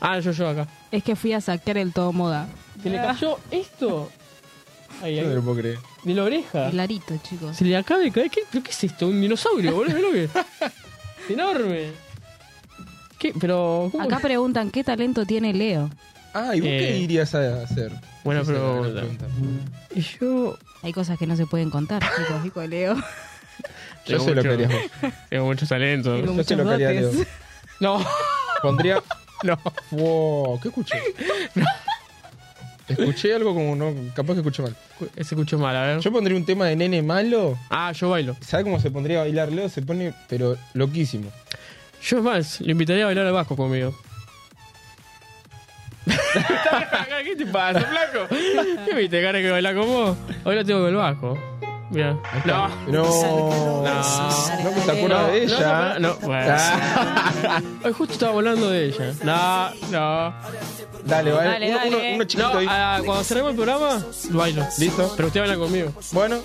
D: Ah, yo, yo acá.
F: Es que fui a sacar el todo moda.
D: Se le cayó esto. Ahí,
E: Yo
D: ahí.
E: no lo puedo creer.
D: De la oreja.
F: El arito, chicos.
D: Se le acaba de caer. ¿Qué, pero qué es esto? ¿Un dinosaurio, boludo? mirá lo que es. Enorme. ¿Qué? Pero. ¿cómo?
F: Acá preguntan qué talento tiene Leo.
E: Ah, ¿y vos qué
D: Eh,
E: irías a hacer?
D: buena
E: Esa es la gran
D: pregunta.
E: pregunta.
D: Y yo.
F: Hay cosas que no se pueden contar, chicos, hijo de Leo.
E: Yo
D: Tengo
E: sé lo que
D: mucho-
E: harías vos.
D: Tengo mucho talento.
F: Tengo
E: Yo sé lo
F: muchos
E: que haría Leo.
F: dotes.
D: No.
E: Pondría.
D: No.
E: Wow, ¿qué escuché? Escuché algo como no. Capaz que escuché mal.
D: Se escuchó mal, a ver.
E: Yo pondría un tema de nene malo.
D: Ah, yo bailo.
E: ¿Sabes cómo se pondría a bailar Leo? Se pone, pero loquísimo.
D: Yo es más, lo invitaría a bailar al Vasco conmigo. ¿Qué te pasa, flaco? ¿Qué viste, cara que baila con vos? Hoy lo tengo con el Vasco. Mira. No.
E: No, no,
D: No.
E: que se acuerda de Ah.
D: No,
E: ella.
D: no, no, bueno. Hoy justo estaba hablando de ella. No, no.
E: Dale, vale.
F: Dale,
E: uno,
F: dale.
E: uno- uno chiquito
D: No,
E: ahí.
D: ah, cuando cerremos el programa, lo bailo.
E: Listo.
D: Pero usted baila conmigo.
E: Bueno.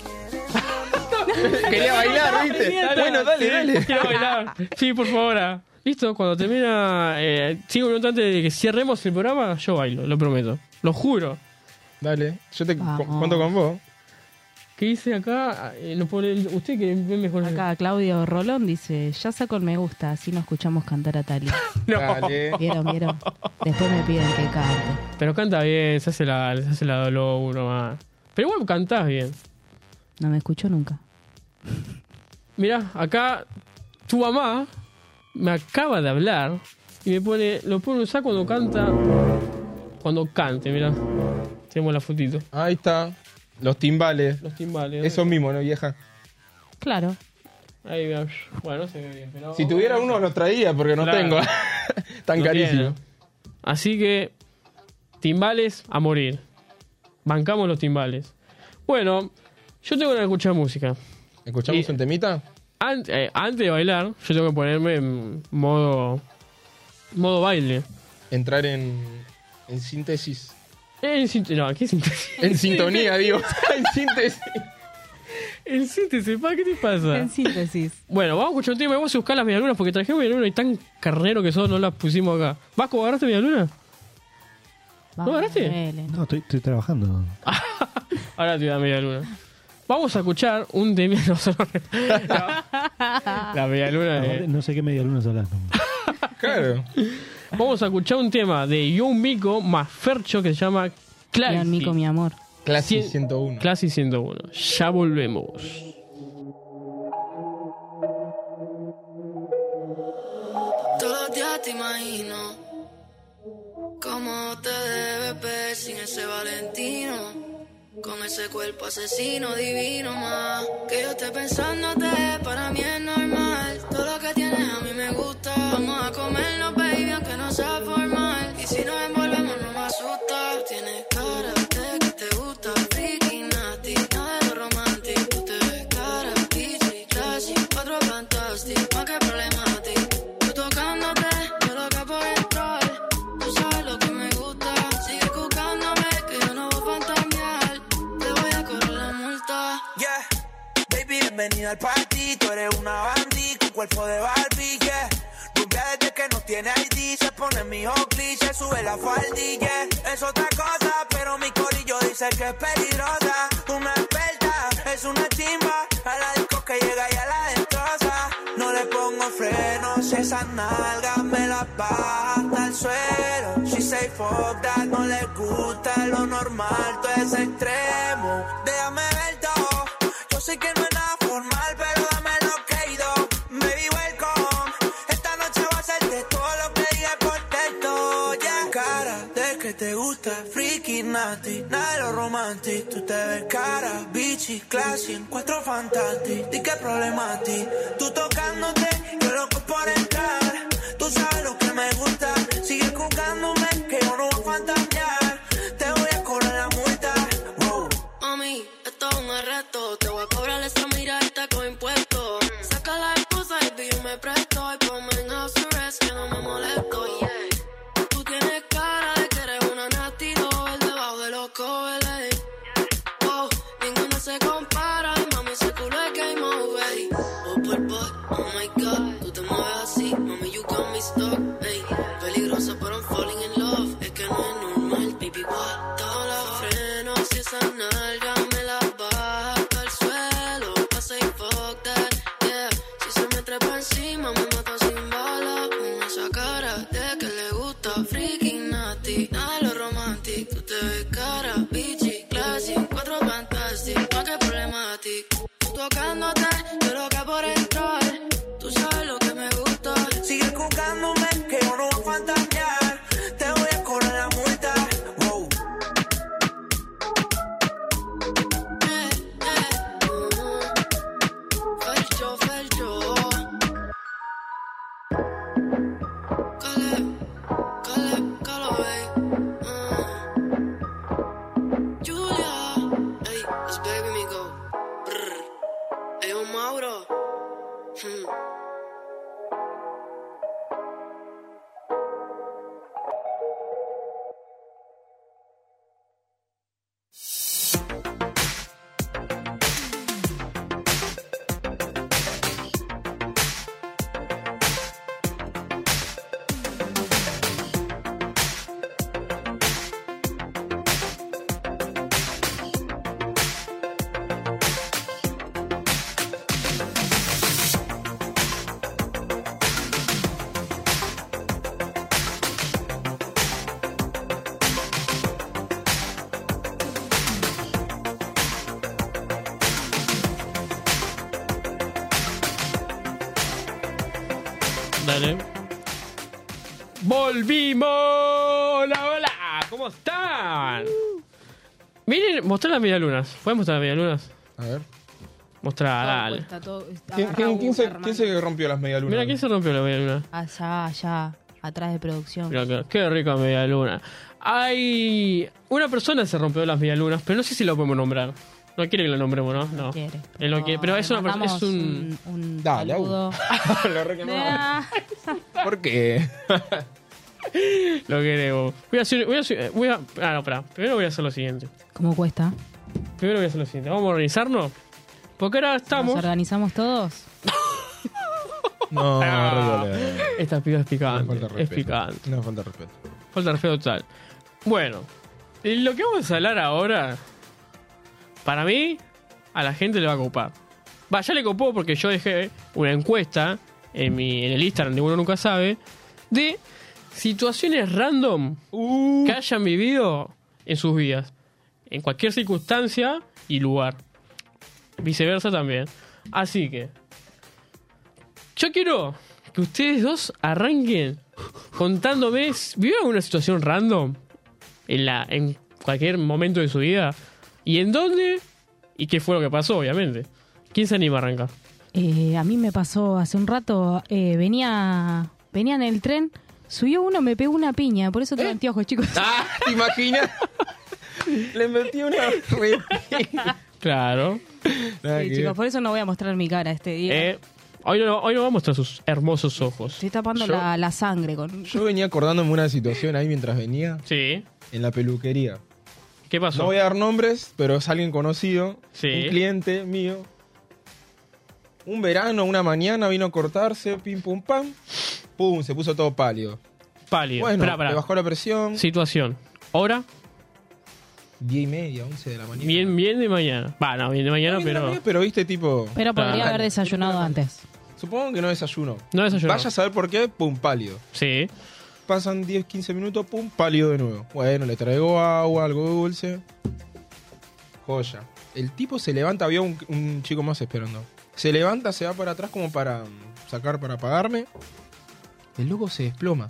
E: Quería bailar, ¿viste? Bueno, dale, dale.
D: Quiero bailar. Sí, por favor. ah. Listo, cuando termina, eh, cinco minutos antes de que cerremos el programa, yo bailo, lo prometo. Lo juro.
E: Dale, yo te cu-
F: Vamos.
E: cuento con vos.
D: ¿Qué dice acá? Eh, no puedo leer. Usted que ve mejor.
F: Acá Claudio Rolón dice, ya saco el me gusta, así no escuchamos cantar a Tali.
D: No.
E: Dale.
F: ¿Vieron, vieron? Después me piden que cante.
D: Pero canta bien, se hace la, se hace la dolor uno más. Pero igual cantás bien.
F: No me escuchó nunca.
D: Mirá, acá tu mamá me acaba de hablar y me pone. Lo pone usar cuando canta. Cuando cante, mirá. Tenemos la fotito.
E: Ahí está. Los timbales.
D: Los timbales.
E: Eso mismo, ¿no, vieja?
F: Claro.
D: Ahí mirá. Bueno, no se ve bien, pero.
E: Si tuviera uno, los traía, porque no
D: Claro.
E: tengo. Tan
D: No
E: carísimo.
D: tiene. Así que, timbales a morir. Bancamos los timbales. Bueno, yo tengo que escuchar música.
E: ¿Escuchamos
D: Y-
E: un temita?
D: An- eh, antes de bailar, yo tengo que ponerme en modo, modo baile.
E: Entrar en, en síntesis.
D: En sint- no, ¿qué síntesis?
E: En sintonía, digo. en síntesis.
D: En síntesis, ¿pa? ¿qué te pasa?
F: En síntesis.
D: Bueno, vamos a escuchar un tema. Vamos a buscar las medialunas porque traje medialunas y tan carnero que son, no las pusimos acá. ¿Vasco, agarraste medialuna?
F: Vamos,
D: ganaste?
E: este?
F: Belén.
G: No, estoy, estoy trabajando.
D: Ahora te voy a dar media luna. Vamos a escuchar un tema. No, no, no. La media luna.
G: Aparte,
D: eh.
G: No sé qué media luna hablas.
E: Claro.
D: Vamos a escuchar un tema de John Mico más Fercho que se llama Classy.
F: León Mico, mi amor.
E: Clase
D: Cien-
E: 101.
D: Classy 101. Ya volvemos.
K: Todos los días te imagino cómo te debes ver sin ese Valentino. Con ese cuerpo asesino divino más que yo esté pensándote, para mí es normal. Todo lo que tienes a mí me gusta. Vamos a comernos, baby, aunque no sea formal. Y si nos envolvemos, no me asusta. Tú Tienes cara de que te gusta, freaky, nasty, nada de lo romántico. Tú te ves cara, bitchy, classy, otro fantástico, más que problemático. Tú tocándote, yo loca por entrar. Tú sabes lo que me gusta. Sigue buscándome, que yo no voy a fantasmear. Te voy a correr la multa.
C: Yeah, baby, bienvenida al party. Tú eres una Barbie con cuerpo de Barbie, yeah. Rubia desde que no tiene ID, se pone mi hockey, se sube la faldilla. yeah. Es otra cosa, pero mi corillo dice que es peligrosa. Una experta, es una chimba. A la disco que llega y a la destroza. No le pongo frenos, esas nalgas me las baja hasta el suelo. She say fuck that, no le gusta lo normal, todo es extremo. Déjame ver todo, yo sé que no es nada formal, pero dame lo que he ido. Baby, welcome, esta noche voy a hacerte todo lo que diga por texto. Yeah, cara de que te gusta, freaky, nasty, nada de lo romántico. Tú te ves cara, bichi, classy, encuentro fantástico. Di que problemático, tú tocándote, yo loco por entrar. Tú sabes lo que me gusta, sigue jugándome, que yo no voy a fantasear. Te voy a cobrar la multa, wow.
K: Mami, esto es un arresto. Te voy a cobrar esa oh baby, you got me stuck. Ey, peligrosa, pero I'm falling in love. Es que no es normal, baby, what? Todos los frenos y esa nalga me la baja hasta el suelo. Pasa y fuck that, yeah. Si se me trepa encima, me mata sin bala. Con esa cara de que le gusta freaking nasty. Nada lo romántico, tú te ves cara, bitchy, classy. Cuatro fantastic, no que problematic. Tocándote, yo loca por entrar. Tú sabes lo que me gusta.
J: Sigue juzgándome que yo no voy a fantasear. Te voy a cobrar la multa. Wow.
K: Felcho, felcho. Caleb, Caleb, Calloway. Ah. Julia. Ey, it's baby me go. Brr. Ey, un Mauro. Hmm.
D: Dale. ¡Volvimos! ¡Hola, hola! ¿Cómo están?
F: Uh.
D: Miren, mostrá las medialunas. ¿Puedes mostrar las medialunas?
E: A ver. Ah,
D: Mostrá,
F: Todo
D: dale.
F: cuesta, todo- está
E: ¿Quién,
F: agarra
E: quién- quién
F: una,
E: se,
F: hermano.
E: quién se rompió las medialunas?
D: Mira, ¿quién se rompió la medialuna?
F: Allá, allá, atrás de producción.
D: Mirá que- Qué rica medialuna. Hay. Una persona se rompió las medialunas, pero no sé si lo podemos nombrar. No quiere que lo nombremos, ¿no? No.
F: quiere.
D: Él no quiere, pero es una persona. Es
F: mandamos
D: un.
F: un, un
E: Dale, au.
F: saludo.
E: Lo reclamamos.
F: Ah,
E: ¿Por qué?
D: Lo queremos. Voy a hacer. Voy a, hacer- voy a- ah, no, pará. Primero voy a hacer lo siguiente.
F: ¿Cómo cuesta?
D: Primero voy a hacer lo siguiente. Vamos a organizarnos. Porque ahora
F: ¿Nos
D: estamos.
F: organizamos todos?
E: No,
D: Ah.
E: Rolo,
D: Esta piba es picante.
E: falta
D: es
E: respeto.
D: picante.
E: no, falta de respeto.
D: Falta respeto total. Bueno, y lo que vamos a hablar ahora, para mí, a la gente le va a copar. Va, ya le copó porque yo dejé una encuesta en, mi, en el Instagram de Uno Nunca Sabe de situaciones random que hayan vivido en sus vidas, en cualquier circunstancia y lugar. Viceversa también. Así que, yo quiero que ustedes dos arranquen contándome. ¿Vivieron alguna situación random? En, la, en cualquier momento de su vida. ¿Y en dónde? ¿Y qué fue lo que pasó, obviamente? ¿Quién se anima a arrancar?
F: Eh, a mí me pasó hace un rato, eh, venía, venía en el tren, subió uno, me pegó una piña, por eso
D: ¿Eh?
F: tengo anteojos, chicos.
E: Ah, ¿te imaginas? Le metí una re-
D: Claro.
E: Nada
F: Sí,
E: que
F: chicos,
E: ver.
F: por eso no voy a mostrar mi cara este día.
D: Eh, hoy, no, hoy no va a mostrar sus hermosos ojos.
F: Estoy tapando
E: yo-
F: la, la sangre con...
E: Yo venía acordándome una situación ahí mientras venía
D: Sí.
E: en la peluquería.
D: ¿Qué pasó?
E: No voy a dar nombres, pero es alguien conocido,
D: Sí.
E: un cliente mío. Un verano, una mañana, vino a cortarse, pim pum pam, pum, se puso todo pálido.
D: Pálido.
E: Bueno,
D: Pará, pará.
E: le bajó la presión,
D: Situación. Hora,
E: diez y media, once de la mañana.
D: bien, bien de mañana. Va, no, bien de mañana,
E: Bien,
D: pero.
E: bien, pero viste, tipo,
F: Pero podría
E: Ah.
F: haber desayunado antes.
E: supongo que no desayuno.
D: No desayunó.
E: Vaya a saber por qué, pum, pálido.
D: Sí.
E: Pasan 10, 15 minutos, pum, pálido de nuevo. Bueno, le traigo agua, algo dulce. Joya. El tipo se levanta, había un, un chico más esperando. Se levanta, se va para atrás como para mm, sacar, para pagarme. El loco se desploma.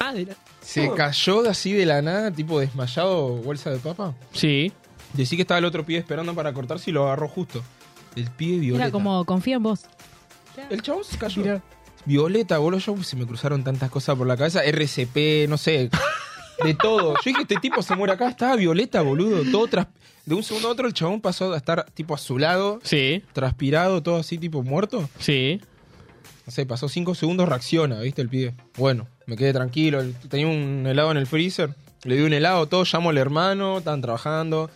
D: Ah, de la-
E: Se cayó de así de la nada, tipo desmayado, bolsa de papa.
D: Sí.
E: Decí que estaba el otro pibe esperando para cortarse y lo agarró justo. El pibe violeta.
F: Era como, confía en vos.
E: El chabón se cayó. Violeta, boludo, yo se me cruzaron tantas cosas por la cabeza. RCP, no sé. De todo. Yo dije, este tipo se muere acá. Estaba Violeta, boludo. Todo tras... De un segundo a otro, el chabón pasó a estar tipo azulado,
D: Sí.
E: transpirado, todo así, tipo muerto.
D: Sí.
E: No sé, pasó cinco segundos, reacciona, ¿viste? El pibe. Bueno, me quedé tranquilo. el- Tenía un helado en el freezer. Le di un helado, todo. Llamo al hermano, estaban trabajando.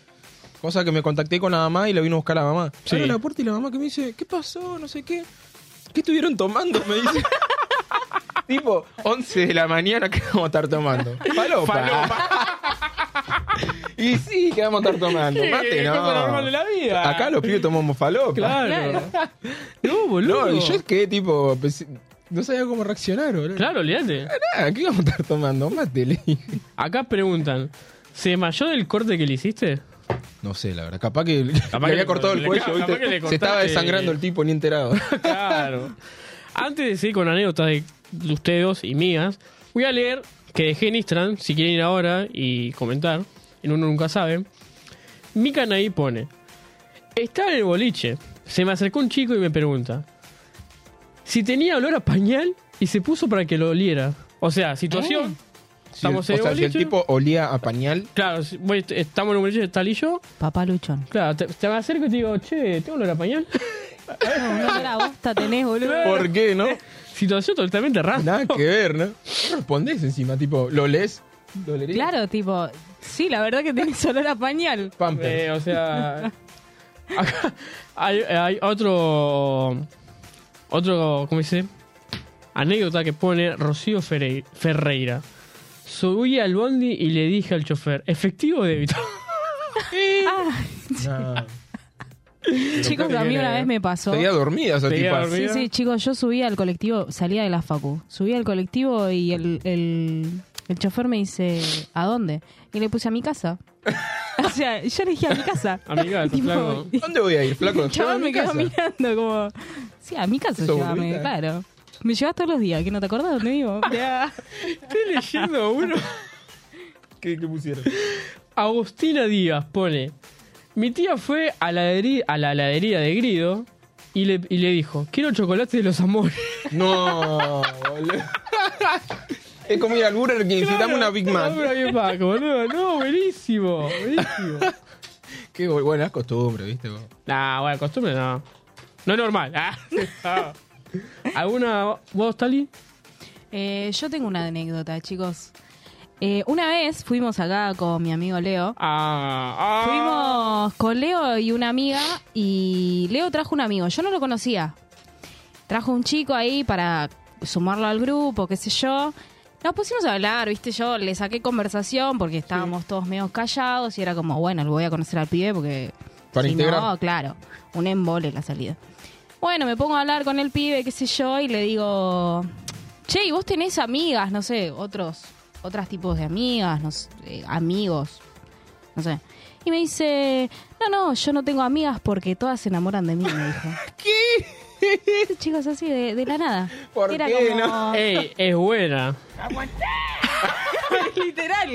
E: Cosa que me contacté con la mamá y la vino a buscar a la mamá.
D: Sí.
E: Abro la puerta y la mamá que me dice, ¿qué pasó? No sé qué. ¿Qué estuvieron tomando? Me dice. Tipo, 11 de la mañana que vamos a estar tomando. Falopa. y sí, que vamos a estar tomando.
D: Sí,
E: Mate,
D: es
E: no.
D: cosa normal de la vida.
E: Acá los pibes tomamos falopa.
D: Claro. No, boludo.
E: No, y yo quedé tipo. pensé- No sabía cómo reaccionar, boludo. Ah,
D: Claro, olvídate.
E: Nada, ¿qué vamos a estar tomando? Mate, le dije.
D: Acá preguntan, ¿se desmayó del corte que le hiciste?
E: No sé, la verdad. Capaz que
D: Capaz
E: le
D: que
E: había
D: le-
E: cortado el
D: le-
E: cuello,
D: capaz
E: ¿viste?
D: que le
E: Se estaba
D: cortaste-
E: desangrando el tipo, ni enterado.
D: Claro. Antes de seguir con anécdotas de, de ustedes dos y mías, voy a leer que dejé en Instagram, si quieren ir ahora y comentar, en uno nunca sabe. Mika Naí pone, estaba en el boliche, se me acercó un chico y me pregunta, si tenía olor a pañal y se puso para que lo oliera. O sea, situación,
E: Si el-
D: estamos en
E: o
D: el
E: sea, si el
D: boliche.
E: tipo olía a pañal.
D: Claro, si- voy- estamos en un boliche, tal y yo.
F: Papá Luchón.
D: Claro, te, te me acerco y te digo, che, ¿tengo olor a pañal?
F: No, no, la bosta tenés, boludo.
E: ¿Por qué, no?
D: Situación totalmente rara.
E: Nada que ver, ¿no? No respondés encima, tipo, ¿lo lees? ¿Lo leerías?
F: Claro, tipo, sí, la verdad que tenés olor a pañal.
E: Pamper.
D: Eh, o sea. acá hay, hay otro. Otro. ¿Cómo dice? Anécdota que pone Rocío Ferei- Ferreira. Subí al bondi y le dije al chofer: efectivo o débito.
E: Nah.
F: Chicos, a mí una vez me pasó.
E: Seguía dormida esa
D: Seguía
E: tipa.
D: dormida.
F: Sí, sí, chicos, yo subí al colectivo, salía de la facu. Subí al colectivo y el, el, el chofer me dice, ¿a dónde? Y le puse a mi casa. o sea, yo le dije a mi casa.
D: Amiga,
F: Tipo,
D: claro.
E: ¿Dónde voy a ir, flaco?
F: El chaval
E: Yo
F: me
E: en mi
F: quedó
E: casa.
F: mirando como... Sí, a mi casa
E: Sos
F: llévame,
E: boluda.
F: claro. Me llevas todos los días, que no te acordás dónde vivo. Ya.
D: Estoy leyendo uno.
E: ¿Qué, qué pusieron?
D: Agustina Díaz pone: Mi tía fue a la, heladería- a la heladería de Grido y le, y le dijo: Quiero chocolate de los amores.
E: No, boludo. Es como ir al Burger King, necesitamos una Big
D: Dame una
E: Mac.
D: Big Mac, boludo. No, buenísimo. Buenísimo.
E: Qué bu- buenas costumbres, ¿viste? vos?
D: Nah, bueno, costumbre no. No es normal. ah. Ah. ¿Alguna vos, Tali?
F: Eh, yo tengo una anécdota, chicos. Eh, una vez fuimos acá con mi amigo Leo.
D: Ah, ah.
F: Fuimos con Leo y una amiga y Leo trajo un amigo, yo no lo conocía. Trajo un chico ahí para sumarlo al grupo, qué sé yo. Nos pusimos a hablar, viste, yo le saqué conversación porque estábamos todos medio callados y era como, bueno, lo voy a conocer al pibe porque...
E: Para
F: si
E: integrar.
F: No, claro, un embole la salida. Bueno, me pongo a hablar con el pibe, qué sé yo, y le digo, che, ¿y vos tenés amigas, no sé, otros, otros tipos de amigas, no sé, eh, amigos, no sé. Y me dice, no, no, yo no tengo amigas porque todas se enamoran de mí, me dijo. ¿Qué? Chicos, así de, de la nada.
E: ¿Por
F: Era
E: qué,
F: como...
D: Ey, es buena.
F: Literal.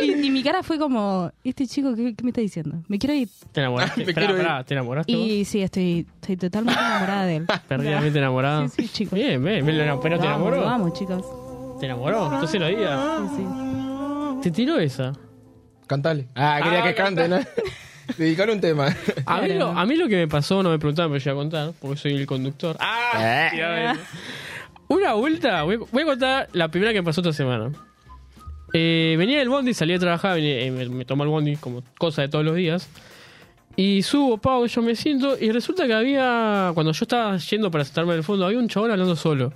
F: Y, y mi cara fue como, este chico, ¿qué, qué me está diciendo? Me quiero ir.
D: Te enamoraste.
E: Ah, Me
D: Esperá,
E: quiero ir.
D: esperá, ¿Te enamoraste? vos?
F: Y sí, estoy, estoy totalmente enamorada de él.
D: Perdidamente enamorada.
F: Sí, sí, chicos.
D: Bien, bien, bien, lo- pero te
F: Vamos,
D: enamoró.
F: Vamos, chicos.
D: Te enamoró, entonces lo digas.
F: Sí, sí.
D: Te tiró esa.
E: Cantale. Ah, quería
D: Ah,
E: que cante, ¿no? Dedicar un tema.
D: A mí, lo, a mí lo que me pasó, no me preguntaron, pero yo voy a contar, porque soy el conductor. ¡Ah! Tiraba eso. Una vuelta, voy a, voy a contar la primera que me pasó esta semana. Eh, venía del bondi, salí a trabajar, venía- eh, me, me tomó el bondi como cosa de todos los días. Y subo, pago, yo me siento, y resulta que había, cuando yo estaba yendo para sentarme en el fondo, había un chabón hablando solo.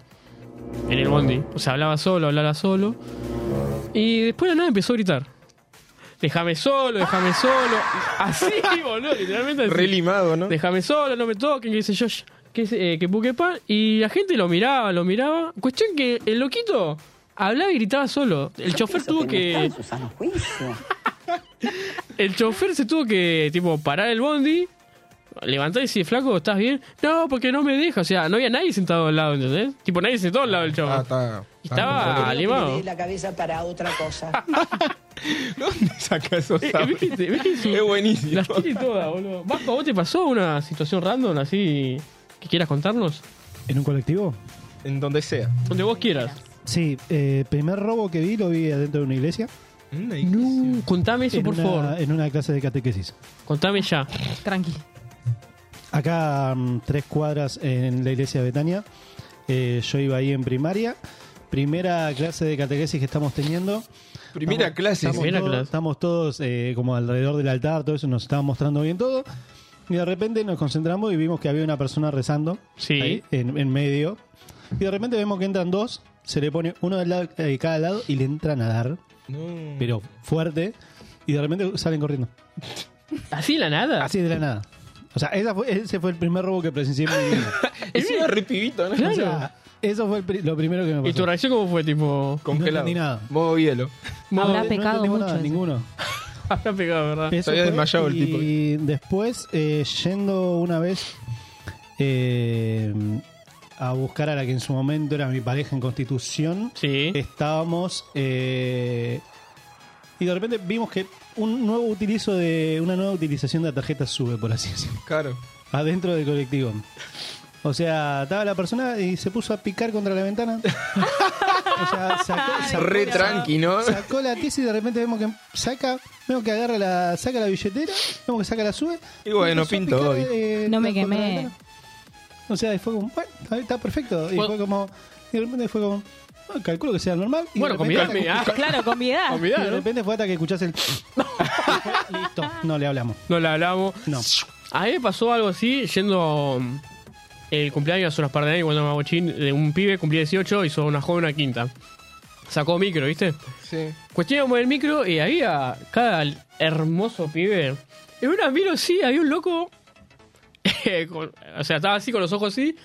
D: En el bondi. O sea, hablaba solo, hablaba solo. Y después de nada empezó a gritar. Déjame solo, déjame solo. Así, boludo, literalmente así.
E: Re limado, ¿no?
D: Déjame solo, no me toquen, que sé yo, que, sé- eh, que puque pan. Y la gente lo miraba, lo miraba. Cuestión que el loquito hablaba y gritaba solo. El chofer tuvo que. el chofer se tuvo que, tipo, parar el bondi, levantar y decir, flaco, ¿estás bien? No, porque no me deja. O sea, no había nadie sentado al lado, ¿entendés? Tipo, nadie sentado al lado del
E: Ah,
D: chofer.
E: está.
D: Y estaba animado.
K: la cabeza para otra cosa.
E: ¿Dónde saca esos
D: Eh, eh,
E: sables?
D: ¿viste? ¿viste? Su-
E: Es buenísimo.
D: Las tiene todas, boludo. Vasco, ¿a ¿vos te pasó una situación random así que quieras contarnos?
G: ¿En un colectivo?
E: En donde sea.
D: Donde vos quieras.
G: Sí, eh, primer robo que vi lo vi adentro de una iglesia.
E: Mm, ahí.
D: No, contame eso,
G: en
D: por
G: una-
D: favor.
G: En una clase de catequesis.
D: Contame ya.
F: Tranqui.
G: Acá, mm, tres cuadras en la iglesia de Betania. Eh, yo iba ahí en primaria. Primera clase de catequesis que estamos teniendo.
E: Primera
G: Estamos-
E: clase.
G: Estamos
D: Primera
G: todos,
D: clase.
G: estamos todos, eh, como alrededor del altar, todo eso nos estaba mostrando bien todo. Y de repente nos concentramos y vimos que había una persona rezando
D: Sí.
G: ahí, en, en medio. Y de repente vemos que entran dos, se le pone uno de cada lado y le entran a dar,
E: No.
G: pero fuerte, y de repente salen corriendo.
D: ¿Así de la nada?
G: Así de la nada. O sea, esa fue- ese fue el primer robo que presencié en mi vida.
E: Encima es re pibito, ¿no?
G: O sea, eso fue el pri- lo primero que me pasó.
D: ¿Y tu reacción cómo fue? Tipo,
E: Congelado.
G: entendí nada.
E: Modo hielo.
F: Habrá pecado
G: No entendimos
F: mucho.
G: nada,
F: ese.
G: ninguno.
D: habrá pegado, ¿verdad?
G: Eso
E: había
G: fue,
E: desmayado el tipo.
G: Y después, eh, yendo una vez eh, a buscar a la que en su momento era mi pareja en Constitución,
D: Sí.
G: estábamos. eh, y de repente vimos que un nuevo utilizo de una nueva utilización de la tarjeta sube, por así decirlo,
E: Claro.
G: adentro del colectivo. O sea, estaba la persona y se puso a picar contra la ventana. o sea, sacó, sacó
E: Re
G: la-
E: tranqui, ¿no?
G: Sacó la tesis y de repente vemos que saca, vemos que agarra la, saca la billetera, vemos que saca la sube.
E: Y bueno,
G: empezó a
E: pinto
G: picar,
E: hoy.
G: eh,
F: No me
G: la- contra la
F: quemé.
G: ventana. O sea, y fue como, bueno, está- está perfecto. Y
D: Bueno.
G: fue como, y de repente fue como, bueno, calculo que sea normal. Y
D: Bueno,
G: de repente,
D: convidame. Ah,
F: Claro, con mi edad.
G: y de
D: convidá, ¿no?
G: repente fue hasta que escuchás el. Listo, no le hablamos.
D: No la hablamos.
G: No.
D: A mí me pasó algo así yendo mm, el cumpleaños hace unas par de años cuando me hago chin, de un pibe cumplía 18, hizo una joven una quinta. Sacó micro, ¿viste?
E: Sí.
D: Cuestionamos el micro y había cada hermoso pibe. En una miro sí, había un loco. eh, con- o sea, estaba así con los ojos así.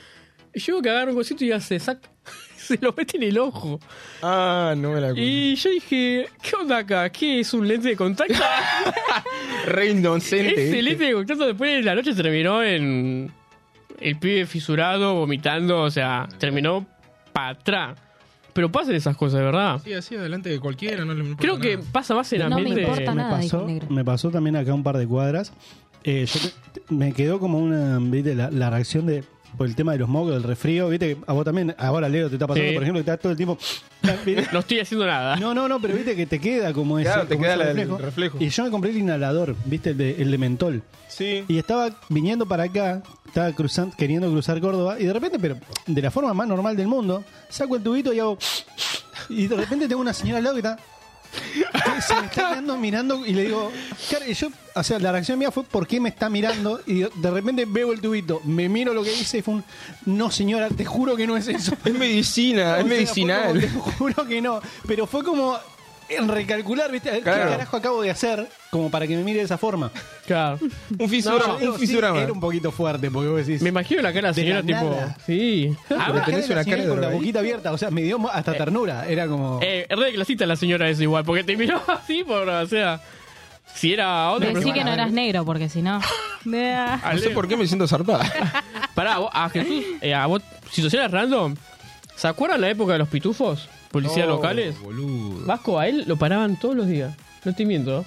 D: Y yo que agarro un cosito y hace sac. Se lo mete en el ojo.
E: Ah, no me la acuerdo.
D: Y yo dije, ¿qué onda acá? ¿Qué es un lente de contacto?
E: Re inocente.
D: Ese
E: ¿viste?
D: lente de contacto después de la noche terminó en. El pibe fisurado, vomitando, o sea, terminó para atrás. Pero pasan esas cosas, de ¿verdad?
E: Sí, así adelante de cualquiera, no le importa
D: Creo que
E: nada.
D: pasa más en
F: No me
D: ambiente.
F: importa
G: me
F: nada, dijo
G: pasó,
F: el negro.
G: me pasó también acá un par de cuadras. Eh, yo te- te- me quedó como una ¿viste? La, la reacción de por el tema de los mocos, del resfrío, viste que a vos también, ahora Leo te está pasando,
D: Sí.
G: por ejemplo, que estás todo el tiempo. ¿viste?
D: No estoy haciendo nada.
G: No, no, no, pero viste que te queda como ese,
E: Claro, te
G: como
E: queda
G: ese
E: la- el reflejo.
G: Y yo me compré el inhalador, viste, el de, el de mentol.
E: Sí.
G: Y estaba viniendo para acá, estaba cruzando, queriendo cruzar Córdoba, y de repente, pero de la forma más normal del mundo, saco el tubito y hago. Y de repente tengo una señora al lado que está. que se me está mirando, mirando, y le digo. "Cara", y yo, o sea, la reacción mía fue: ¿por qué me está mirando? Y de repente veo el tubito, me miro lo que hice y fue un. No, señora, te juro que no es eso.
E: Es medicina,
G: O sea,
E: Ah, es
G: fue como,
E: medicinal.
G: te juro que no. Pero fue como. En recalcular, ¿viste? A ver,
E: Claro.
G: ¿Qué carajo acabo de hacer? Como para que me mire de esa forma.
D: Claro.
E: Un fisurama,
G: Yo digo,
E: un
G: sí,
E: fisurama.
G: era un poquito fuerte, porque vos decís.
D: Me imagino la cara de la señora,
G: De la
D: tipo.
G: nada.
D: Sí.
G: No,
D: Ah,
G: pero la cara
E: tenés
G: de Eh.
E: una
G: la
E: cara
G: señora con la
E: drogadicta.
G: boquita abierta, o sea, me dio hasta ternura. Era como.
D: eh, re clasista la señora es igual, porque te miró así por. O sea. Si era otra
F: Decí
D: persona.
F: que no eras negro, porque si no.
E: Ah, No sé por qué me siento zarpada.
D: Pará, vos- a Jesús, eh, a vos, situaciones random. ¿Se acuerdan la época de los pitufos? Policías
E: No,
D: locales.
E: Oh, Boludo.
D: Vasco, a él lo paraban todos los días. No te miento.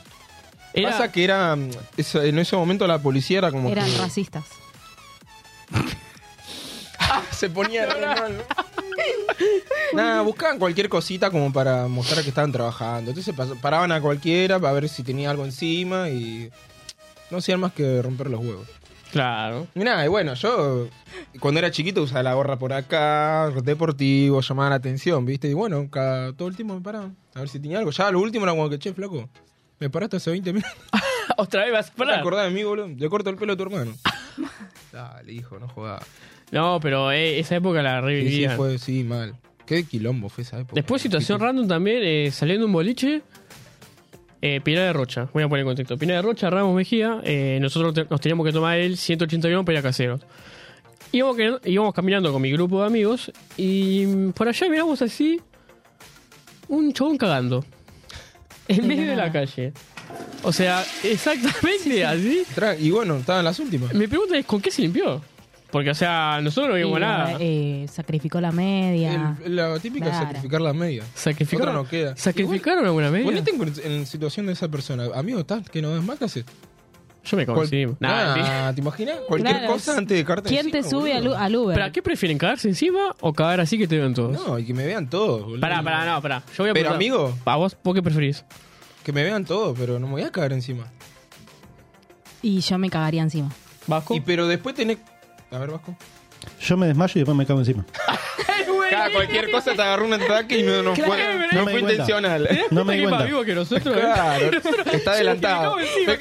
D: Era-
E: Pasa que era. mm, eso- en ese momento la policía era como.
F: Eran
E: que
F: racistas.
E: se ponía re mal. Nada, buscaban cualquier cosita como para mostrar que estaban trabajando. Entonces pas- paraban a cualquiera para ver si tenía algo encima y. No hacían más que romper los huevos.
D: Claro.
E: Y nada, y bueno, yo cuando era chiquito usaba la gorra por acá, deportivo, llamaba la atención, ¿viste? Y bueno, cada, todo el tiempo me paraban a ver si tenía algo. Ya lo último era como que, che, flaco, me paraste hace 20 minutos.
D: Otra vez vas a
E: ¿No te
D: parar.
E: acordás de mí, boludo? Le corto el pelo a tu hermano. Dale, hijo, no jugaba.
D: No, pero eh, esa época la
E: Sí, sí,
D: revivían.
E: fue, sí, mal. Qué quilombo fue esa época.
D: Después, situación
E: Sí,
D: random también, eh, saliendo un boliche. Eh, Pinar de Rocha, voy a poner en contexto. Pinar de Rocha, Ramos Mejía, eh, nosotros te- nos teníamos que tomar el 181 para ir a caseros. Íbamos, que- íbamos caminando con mi grupo de amigos y mm, por allá miramos así un chabón cagando. En medio de la calle. O sea, exactamente así.
E: Tra- Y bueno, estaban las últimas.
D: Mi pregunta es, ¿con qué se limpió? Porque, o sea, nosotros no vimos
F: Y,
D: nada.
F: eh, sacrificó la media.
E: El- la típica
F: Claro.
E: sacrificar las medias.
D: ¿Sacrificaron,
E: Otra no queda.
D: ¿Sacrificaron alguna vez?
E: Ponete en, en situación de esa persona. Amigo, ¿estás que no ves más qué haces?
D: Yo me cago
E: Cual-
D: encima. Nah, mentira.
E: Ah, ¿te imaginas? Cualquier
F: Claro,
E: cosa
F: es-
E: antes de carta
F: ¿Quién te sube al, al Uber?
D: ¿Para qué prefieren cagarse encima o cagar así que te vean todos?
E: No, y que me vean todos, boludo.
D: Pará, pará, no, pará. Yo voy a
E: Pero,
D: preguntar-
E: amigo.
D: ¿A vos por qué preferís?
E: Que me vean todos, pero no me voy a caer encima.
F: Y yo me cagaría encima.
D: ¿Vasco?
E: Y pero después tenés. A ver, Vasco.
G: Yo me desmayo y después me cago encima.
E: Cada cualquier cosa te agarró un ataque y no, no fue,
D: pero-
E: no
G: No me
E: fue
G: di cuenta.
E: intencional.
G: No
D: Este que
G: me di
D: es más
G: cuenta.
D: vivo que nosotros. ¿eh?
E: Claro, está adelantado.
D: Me cago encima,
E: Me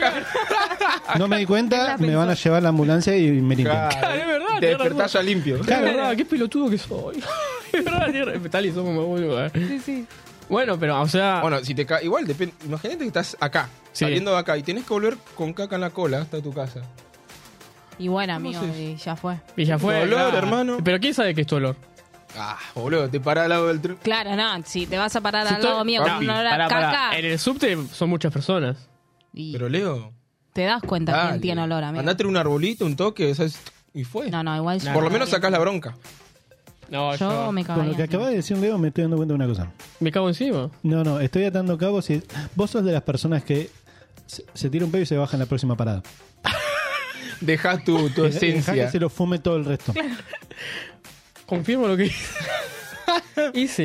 E: cago-
G: No me di cuenta, me van a llevar la ambulancia y me limpian.
E: Claro,
D: es verdad,
E: Te
D: tenés razón.
E: despertás ya limpio.
D: Es verdad, qué pelotudo que soy. Tal y somos más boludo, eh.
F: Sí, sí.
D: Bueno, pero, o sea.
E: Bueno, si te ca- igual depende. Imagínate que estás acá,
D: Sí.
E: saliendo de acá y tenés que volver con caca en la cola hasta tu casa.
F: Y bueno, amigo, y ya fue.
D: Y ya fue.
E: Dolor,
D: claro.
E: hermano.
D: Pero ¿quién sabe qué es tu olor?
E: Ah, boludo, te parás al lado del tren.
F: Claro, no, si te vas a parar
D: Si
F: al
D: estoy-
F: lado mío
D: No,
F: con un olor a
D: pará, pará.
F: caca,
D: En el subte son muchas personas.
F: y
E: Pero Leo,
F: te das cuenta
E: dale.
F: quién tiene olor, amigo.
E: andate a un arbolito, un toque, ¿sabes? y fue.
F: No, no, igual yo-
E: Por lo menos sacás la bronca.
D: No, yo,
F: Yo me
G: Con lo que
F: cagaría.
G: acabas de decir, Leo, me estoy dando cuenta de una cosa.
D: me cago encima.
G: No, no, estoy atando cabos y vos sos de las personas que se, se tira un pedo y se baja en la próxima parada.
E: Dejás tu, tu
G: Dejá que
E: esencia.
G: se lo fume todo el resto.
D: Confirmo lo que hice. hice.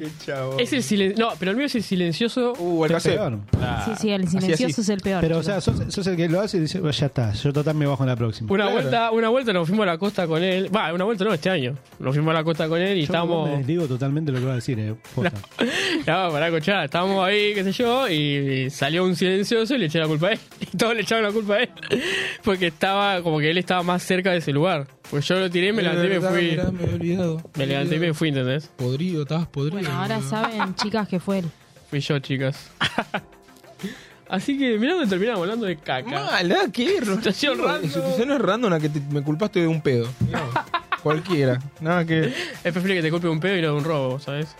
E: Qué chabón.
D: Es el silencio. No, pero el mío es el silencioso.
E: Uh, el
G: Te
E: cassette.
G: pegaron.
F: Sí, sí, el silencioso es el peor.
G: Pero, o
F: chicos.
G: sea, sos, sos el que lo hace y dice, "Bueno, ya está, yo total me bajo en la próxima.
D: Una
E: Claro.
D: vuelta, una vuelta nos fuimos a la costa con él. Va, una vuelta no, este año. Nos fuimos a la costa con él y
G: Yo
D: estábamos.
G: me desligo totalmente de lo que va a decir, eh, posta.
D: No, pará, cochá, estábamos ahí, qué sé yo, y salió un silencioso y le eché la culpa a él. Y todos le echaron la culpa a él. Porque estaba, como que él estaba más cerca de ese lugar. Pues yo lo tiré, me levanté y me
E: Verdad,
D: fui.
E: mirá, me he olvidado.
D: me levanté y me fui, ¿entendés?
E: Podrido, estabas podrido.
F: Bueno, ahora
E: boludo.
F: saben, chicas, que fue él.
D: Fui yo, chicas. Así que, mirá donde terminamos hablando de caca.
E: Mala, qué
D: Situación random.
E: Situación es random la que te- me culpaste de un pedo. Mirá, Cualquiera. Nada que.
D: Es preferible que te culpe un pedo y no de un robo, ¿sabes?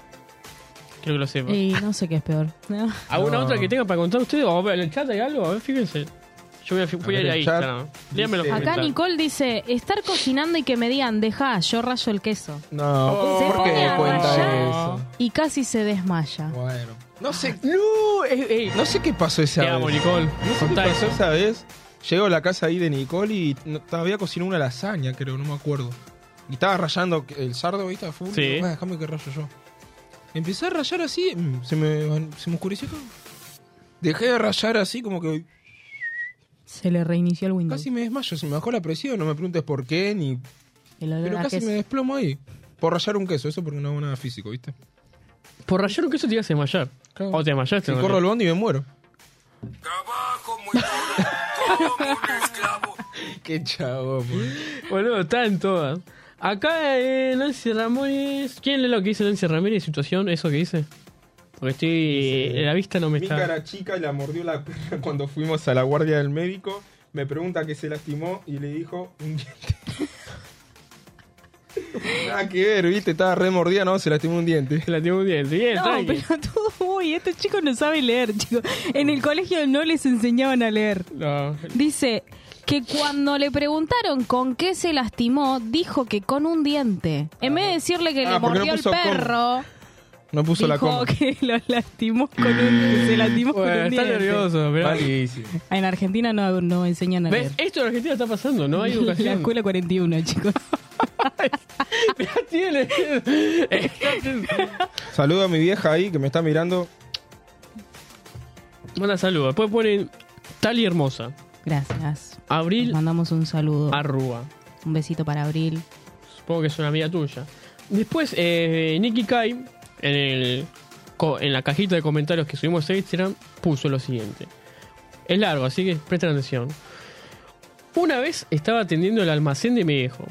D: Creo que lo sepa.
F: Y Eh, no sé qué es peor. ¿no?
D: ¿Alguna otra que tengan para contar ustedes? O en el chat hay algo, a ver, fíjense. Yo voy a, fi- voy a
E: ver,
D: ir a
E: el chat
D: Instagram. Díganme los
E: dice-
F: Acá
D: comentarios.
F: Nicole dice, estar cocinando y que me digan, dejá, yo rayo el queso.
E: No,
F: Se
D: Oh.
E: ¿por qué
F: pone
E: me
F: a
E: cuenta
F: rayar.
E: eso?
F: Y casi se desmaya.
E: Bueno. No sé. No, eh, no sé qué pasó esa
D: Te
E: vez.
D: amo, Nicole.
E: No sé qué
D: Contá
E: pasó
D: eso.
E: esa vez. Llego a la casa ahí de Nicole y no- todavía cocinó una lasaña, creo, no me acuerdo. Y estaba rayando el sardo, ¿viste? A full.
D: Sí.
E: Digo, "Ah, déjame que rayo yo. Empecé a rayar así, mm, se me, se me oscureció todo. Dejé de rayar así, como que
F: Se le reinició el Windows.
E: casi me desmayo, se me bajó la presión, no me preguntes por qué, ni
F: El olor
E: Pero
F: a
E: casi
F: queso.
E: me desplomo ahí. Por rayar un queso, eso porque no hago nada físico, ¿viste?
D: Por rayar un queso te ibas a desmayar.
E: Claro.
D: O te desmayaste.
E: Si
D: ¿no?
E: corro el bondi y me muero.
J: Trabajo muy duro como un esclavo.
E: Qué chavo,
D: Boludo, está en todas. Acá eh, Nancy Ramírez. ¿Quién lee lo que dice Nancy Ramírez? ¿Situación? ¿Eso que dice? Porque estoy. La vista no me
E: Mi
D: está.
E: cara chica la mordió la perra cuando fuimos a la guardia del médico. Me pregunta que se lastimó y le dijo un diente. Nada que ver, viste, estaba re mordida, no, se lastimó un diente.
D: La tengo un diente. Bien,
F: No,
D: tranqui.
F: pero tú, uy, estos chicos no saben leer, chicos. En el colegio no les enseñaban a leer.
D: No.
F: Dice que cuando le preguntaron con qué se lastimó, dijo que con un diente. En vez de decirle que
E: Ah,
F: le
E: porque no
F: mordió el
E: puso cómo.
F: perro,
E: No puso la
F: dijo
E: coma.
F: que lo lastimó con un, que se lastimó con
D: Bueno,
F: un
D: está
F: diente.
D: nervioso, pero.
E: Malísimo.
F: En Argentina no, no enseñan a leer.
D: ¿Ves? Esto en Argentina está pasando, no hay
F: La
D: educación.
F: escuela 41, chicos.
D: Ya tiene.
E: Saludo a mi vieja ahí que me está mirando.
D: Buena salud. Después ponen tal y hermosa.
F: Gracias. Les
D: Abril
F: mandamos un saludo.
D: Arrua.
F: Un besito para Abril.
D: Supongo que es una amiga tuya. Después, eh, Nicky Kai, en, el, co- en la cajita de comentarios que subimos a Instagram, puso lo siguiente. Es largo, así que presten atención. Una vez estaba atendiendo el almacén de mi viejo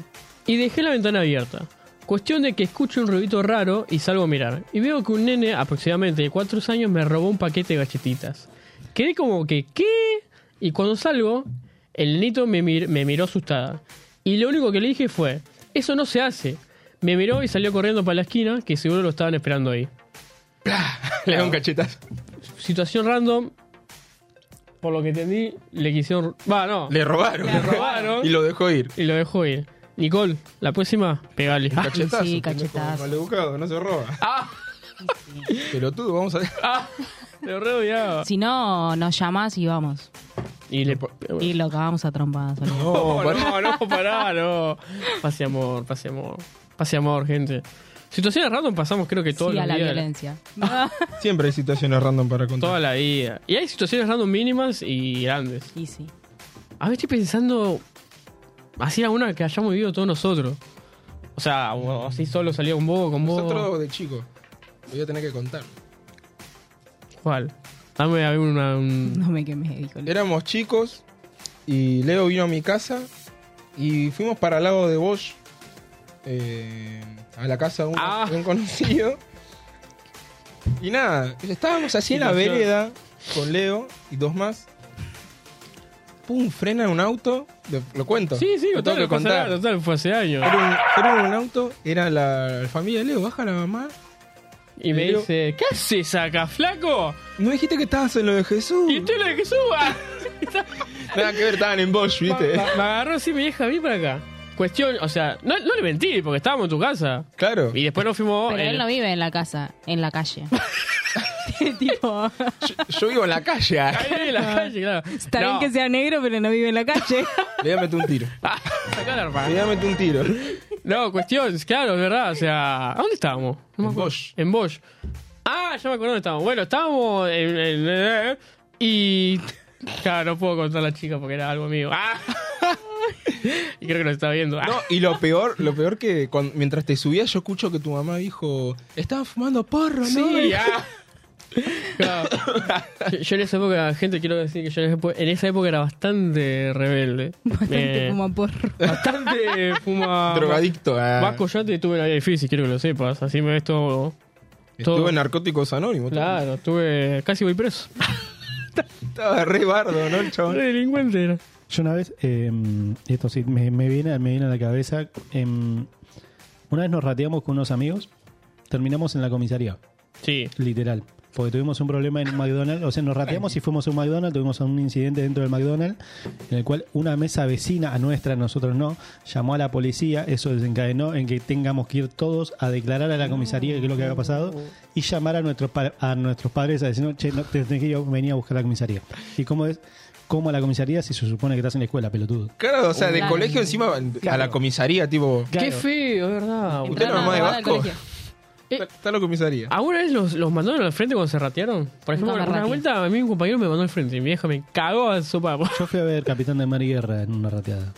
D: y dejé la ventana abierta. Cuestión de que escucho un ruidito raro y salgo a mirar. Y veo que un nene aproximadamente de 4 años me robó un paquete de galletitas. Quedé como que, ¿qué? Y cuando salgo, el nito me, mir- me miró asustada. Y lo único que le dije fue, eso no se hace. Me miró y salió corriendo para la esquina, que seguro lo estaban esperando ahí.
E: Le da un cachetazo.
D: Situación random. Por lo que entendí, le quisieron... Va, no.
E: Le robaron.
D: Le robaron.
E: y lo dejó ir.
D: Y lo dejó ir. Nicole, la próxima, pegale.
E: Cachetazo.
F: sí,
E: pendejo,
F: cachetazo.
E: Maleducado, no se roba. Pelotudo, vamos a
D: Ah, lo re odiaba.
F: Si no, nos llamás y vamos.
D: Y le...
F: Y lo cagamos a trompadas. boludo.
D: No, no, no, pará, no. Pase amor, pase amor. Pase amor, gente. Situaciones random pasamos creo que todos
F: Sí, a
D: los
F: la
D: días.
F: violencia.
E: Siempre hay situaciones random para contar.
D: Toda la vida. Y hay situaciones random mínimas y grandes.
F: y sí.
D: A ver, estoy pensando. Así alguna que hayamos vivido todos nosotros. O sea, o así solo salía un bobo con vos.
E: Nosotros de chico. Voy a tener que contar.
D: ¿Cuál? Dame a ver una. un-
F: No me quemé, dijo. el-
E: Éramos chicos y Leo vino a mi casa y fuimos para el lago de Bosch eh, a la casa de un,
D: Ah.
E: de un conocido. Y nada, estábamos así en la
G: Situación.
E: vereda con Leo y dos más. Pum, frena un auto. Lo- Lo cuento.
D: Sí, sí,
E: lo
D: total,
E: tengo que
D: no pasa
E: contar.
D: nada, total, fue hace años.
E: Era un, era un auto, era la, la familia de Leo, baja la mamá.
D: Y me dice, ¿qué haces acá, flaco?
E: No dijiste que estabas en lo de Jesús.
D: Y estoy en lo de Jesús. ah.
E: Nada que ver, estaban en Bosch,
D: me,
E: viste.
D: me- me agarró así mi vieja, vení para acá. Cuestión, o sea, no, no le mentí, porque estábamos en tu casa.
E: Claro.
D: Y después nos fuimos.
F: Pero
D: eh,
F: él no vive en la casa, en la calle. tipo,
E: Yo, yo vivo en la calle. ah.
D: ahí en la calle, claro.
F: está
D: No.
F: bien que sea negro, pero no vive en la calle.
E: Le voy a meter un tiro.
D: Ah, sacá la
E: Le voy
D: hermana.
E: a meter un tiro.
D: No, cuestión, claro, es verdad. O sea, ¿a dónde estábamos? No me
E: En
D: acuerdo.
E: Bosch.
D: En Bosch. Ah, ya me acuerdo dónde estábamos. Bueno, estábamos en. en- eh, y. Claro, no puedo contar a la chica porque era algo mío. Ah. Y creo que nos está viendo. Ah.
E: No, y lo peor, lo peor que cuando- mientras te subías yo escucho que tu mamá dijo, estaba fumando porro, ¿no?
D: Sí, ah. Claro. Yo- Yo en esa época, gente, quiero decir que yo en esa época, en esa época era bastante rebelde.
F: Bastante
D: Eh,
F: como porro.
D: Bastante fuma.
E: Drogadicto. ah.
D: Más Collante tuve la vida difícil, quiero que lo sepas. Así me esto.
E: Estuve
D: todo.
E: en Narcóticos Anónimos.
D: Claro, tuve. Casi voy preso.
E: Estaba re bardo, ¿no, el
D: Re
E: chabón?
D: delincuente era.
G: Yo una vez, eh, esto sí, me, me viene, me viene a la cabeza. eh, una vez nos rateamos con unos amigos, terminamos en la comisaría,
D: Sí.
G: literal. Porque tuvimos un problema en un McDonald's, o sea, nos rateamos y fuimos a un McDonald's, tuvimos un incidente dentro del McDonald's, en el cual una mesa vecina a nuestra, nosotros no, llamó a la policía, eso desencadenó en que tengamos que ir todos a declarar a la comisaría qué es lo que había pasado y llamar a, nuestros pa- a nuestros padres a decirnos, che, no, te tenés que ir, venir a buscar la comisaría. ¿Y cómo es? ¿Cómo a la comisaría si se supone que estás en la escuela, pelotudo?
E: Claro, o sea, de
F: Claro.
E: colegio encima a la comisaría, tipo...
D: Qué feo, es verdad.
E: ¿Usted no
F: Entraron
E: es mamá de
F: a robar al
E: Vasco?
F: colegio.
E: Está está en la comisaría.
D: ¿Alguna vez los, los mandaron al frente cuando se ratearon? Por ejemplo,
F: Nunca me
D: una
F: rateé.
D: vuelta a mí un compañero me mandó al frente y mi vieja me cagó a sopa.
G: Yo fui a ver Capitán de Mar y Guerra en una rateada.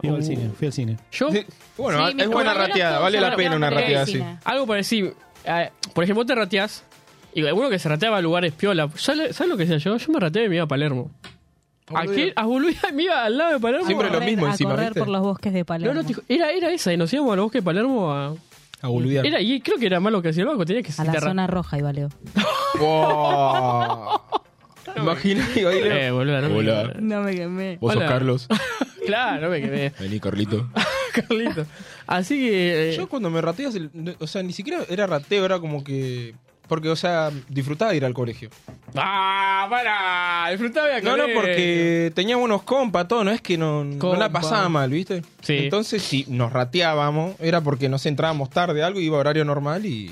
G: Fui al cine, fui al cine.
D: Yo,
E: Sí, Bueno,
F: Sí, mis
E: es buena
F: compañeros
E: rateada,
F: todos
E: vale
F: se
E: la pena
F: rateaban
E: una
F: por
E: rateada así.
F: vecina.
D: algo parecido. eh, por ejemplo, vos te rateás. Y uno que se rateaba a lugares piola. ¿Sabes sabes lo que decía yo? Yo me rateaba y me iba a Palermo. Aquí, a Bolivia me iba al lado de Palermo.
E: Siempre
F: a
E: lo
F: correr-
E: mismo
F: a
E: encima,
F: correr
E: ¿viste?
F: por los bosques de
D: No,
F: Palermo.
D: no, te dijo- era, era esa, y nos íbamos al bosque de Palermo a.
E: A boludear.
D: Era, y creo que era malo que hacía el banco, tenía que
F: a
D: te
F: la
D: ra-
F: zona roja iba Leo.
E: Wow. Imagina que va a ir-
D: Eh, boluda, no me-
E: Hola.
F: No me quemé.
E: Vos
D: Hola.
E: sos Carlos.
D: Claro, no me quedé.
E: Vení, Carlito.
D: Carlito. Así que. eh,
E: Yo cuando me rateas, el- o sea, ni siquiera era rateo, era como que... Porque, o sea, disfrutaba de ir al colegio.
D: ¡Ah, para! eh. Disfrutá de
E: No, no, porque tenía unos compas, todo, no es que no, no
D: Compa.
E: la pasaba mal, ¿viste?
D: Sí.
E: Entonces, si nos rateábamos, era porque nos entrábamos tarde algo, iba a horario normal y.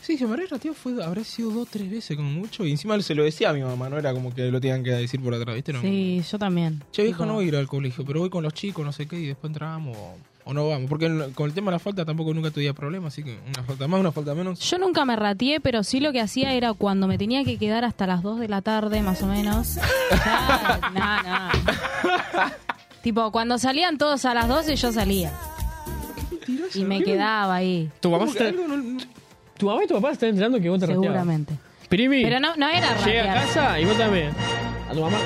E: Sí, se me habré rateado, fue, habrá sido dos, tres veces como mucho. Y encima se lo decía a mi mamá, no era como que lo tenían que decir por atrás, ¿viste? No,
F: Sí, yo también.
E: Che, viejo, no voy a ir al colegio, pero voy con los chicos, no sé qué, y después entramos o, o no vamos. Porque en- con el tema de la falta tampoco nunca tuve problemas, así que una falta más, una falta menos.
F: Yo nunca me rateé, pero sí lo que hacía era cuando me tenía que quedar hasta las 2 de la tarde, más o menos. Ya, nah, nah. tipo, cuando salían todos a las 12, yo salía. Y me quedaba ahí,
D: Tu mamá, se está- tu mamá y tu papá están enterando que vos te rateabas.
F: seguramente.
D: Primi.
F: Pero no, no era
D: Llega a
F: ratear.
D: casa y vos también. A tu mamá.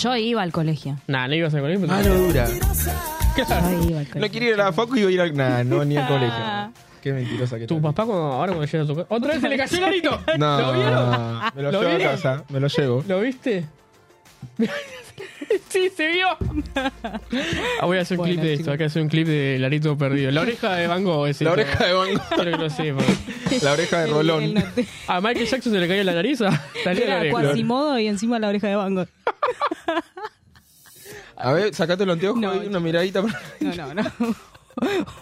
F: Yo iba al colegio.
D: Nah, no ibas a colegio. pero-
E: Mano dura.
F: Yo iba al
E: No
F: colegio.
E: quiero ir a la facu y voy a ir al. Nah, no, ni al colegio. Qué mentirosa que
D: Tu
E: tal.
D: papá, cuando, ahora cuando llega a tu casa. ¡Otra vez se le cayó el arito!
E: No,
D: ¿Lo vieron?
E: me lo,
D: ¿Lo
E: llevo
D: vieron?
E: a casa, me lo llevo.
D: ¿Lo viste? sí, se vio. Ah, voy a hacer un
F: Bueno,
D: clip de
F: chicos.
D: esto. Acá hacer un clip de Larito perdido. La oreja de Van Gogh, ese.
E: La oreja de Van Gogh,
D: Quiero que lo sepa.
E: la oreja de
F: El-
E: Rolón.
F: el norte-
D: A Michael Jackson se le cayó la nariz. ah, Salió la
F: Era
D: oreja.
F: cuasimodo y encima la oreja de Van Gogh.
E: A ver, sacate los anteojos
F: No,
E: y una miradita. para-
F: No, no, no.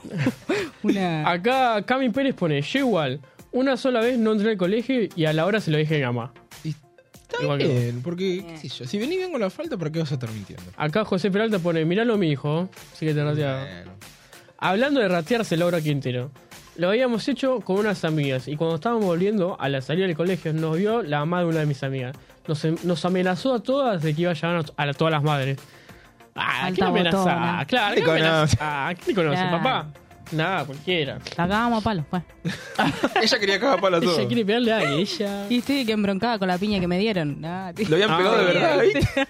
F: Una.
D: Acá Cami Pérez pone, yo igual, una sola vez no entré al colegio y a la hora se lo dije a mi mamá.
E: Está
D: Igual que
E: bien, porque, qué sé yo, si venís bien con la falta, ¿para qué vas a estar mintiendo?
D: Acá José Peralta pone, miralo mi hijo, así que te rateaba.
E: Bueno.
D: Hablando de ratearse Laura Quintero, lo habíamos hecho con unas amigas y cuando estábamos volviendo a la salida del colegio nos vio la mamá de una de mis amigas. Nos, em- nos amenazó a todas de que iba a llamar a, a todas las madres. Ah, ¿qué
F: Alta
D: amenazás?
F: botona.
D: Claro,
E: ¿Quién
D: ¿qué
E: te conoce?
D: amenazás? Ah, ¿quién te conoce,
F: Claro.
D: papá? Nada, cualquiera.
F: La cagábamos a palos, pues.
E: Ella quería cagar para todo.
D: Ella quiere pegarle a alguien, ella.
F: Y estoy que embroncada con la piña que me dieron. Nah, tío.
E: Lo habían
D: Ah.
E: pegado de verdad, ¿viste?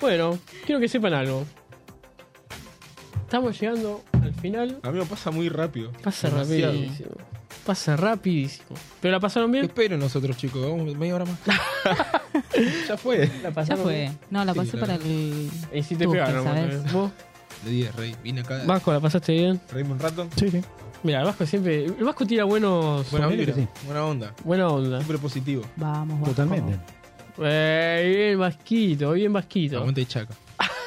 D: Bueno, quiero que sepan algo. Estamos llegando al al final.
E: A mí me pasa muy rápido.
D: Pasa
E: Demasiado.
D: rapidísimo. Pasa rapidísimo. ¿Pero la pasaron bien?
E: Espero nosotros, chicos. Vamos media hora más. ya fue.
D: La
F: Ya
D: pasaron
F: fue.
D: bien.
F: No, la
E: Sí,
F: pasé
E: la
F: para
E: verdad.
F: el.
D: Y si te
F: Tú,
D: pegaron,
F: ¿sabes?
D: bueno, vos.
E: Le dije, rey, vine acá.
D: Vasco, ¿la pasaste bien?
E: Reíme un rato.
G: Sí, sí.
D: Mira, el Vasco siempre. El Vasco tira buenos.
E: Buena
G: Ponele
E: vibra.
G: que
E: Buena onda.
D: Buena onda.
E: Siempre positivo.
F: Vamos, vamos.
G: Totalmente.
D: Eh, bien vasquito, bien vasquito.
E: Aguanta y chaca.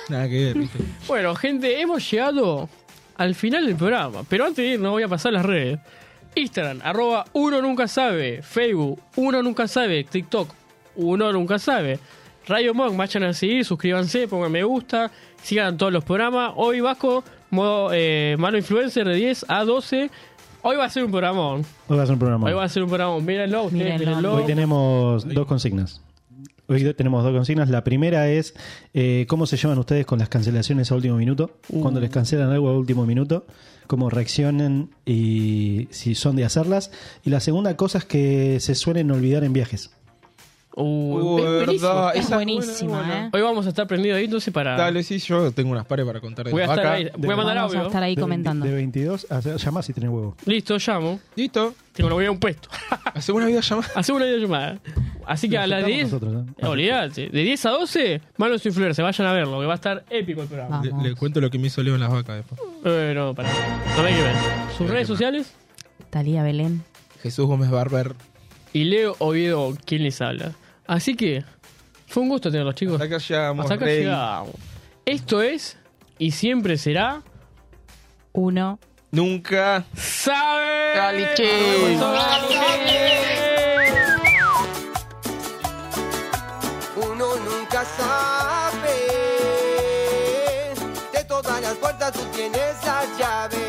E: Nada que ver, viste.
D: Bueno, gente, hemos llegado al final del programa. Pero antes de ir, no voy a pasar las redes. Instagram, arroba uno nunca sabe. Facebook, uno nunca sabe. TikTok, uno nunca sabe. Radio Monk, vayan a seguir, suscríbanse, pongan me gusta, sigan todos los programas. Hoy Vasco, modo, eh, mano influencer de 10 a 12. Hoy va a ser un programón.
G: Hoy va a ser un programa.
D: Hoy va a ser un programón. Mírenlo, ustedes
F: Mírenlo.
D: mírenlo.
G: Hoy tenemos dos consignas. Hoy do- tenemos dos consignas. La primera es eh, cómo se llevan ustedes con las cancelaciones a último minuto. Cuando les cancelan algo a último minuto, cómo reaccionan y si son de hacerlas. Y la segunda, cosas que se suelen olvidar en viajes.
D: Uh,
E: Uh,
D: es buenísimo.
E: verdad, esa
F: Es
E: es
F: buenísima,
E: buena, es
F: ¿eh?
D: Hoy vamos a estar prendidos ahí, entonces para...
E: Dale, sí, yo tengo unas pares para contar de
D: Voy a
E: la
D: estar
E: vaca.
D: ahí. Voy a mandar
F: Vamos a
D: audio.
F: estar ahí
G: De
F: comentando.
G: 20 de 22 a llamar si tenés huevo.
D: Listo, llamo.
E: Listo.
D: Tengo la huella un puesto.
E: Hace una vida llamada.
D: Hace una videollamada. Así que
G: Nos
D: a las
G: juntamos
D: 10.
G: nosotros, ¿eh?
D: Eh, Olvídate. De 10 a 12, manos sin se Vayan a verlo, que va a estar épico el programa.
E: Le,
F: Vamos.
E: le cuento lo que me hizo Leo en las vacas después.
D: Eh, no, para. No hay que ver. Sus redes sociales
F: Talía Belén.
E: Jesús Gómez Barber.
D: y Leo Oviedo, quien les habla. Así que fue un gusto tenerlos, chicos.
E: Hasta acá llegamos.
D: Hasta acá
E: rey.
D: llegamos. Esto es y siempre será.
F: Uno.
E: Nunca.
D: ¡Sabe!
E: Caliche.
D: ¡Sabe!
C: Uno nunca sabe. De todas las puertas tú tienes la llave.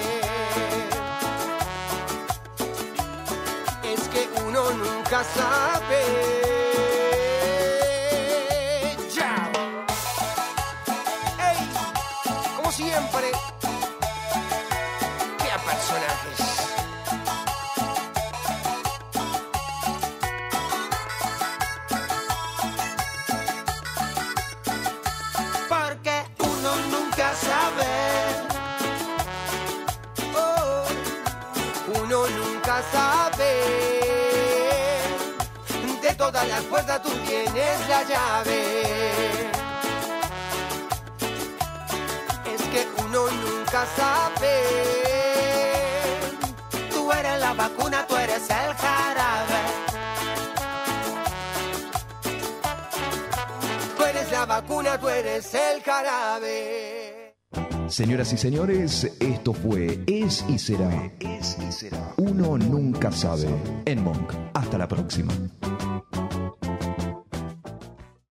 C: Es que uno nunca sabe. Ya. Ey, como siempre. Qué personajes. porque uno nunca sabe. Oh, uno nunca sabe. De todas las puertas tú tienes la llave. Es que uno nunca sabe. Tú eres la vacuna, tú eres el jarabe. Tú eres la vacuna, tú eres el jarabe.
B: Señoras y señores, esto fue Es y Será. Uno nunca sabe. En Monk. Hasta la próxima.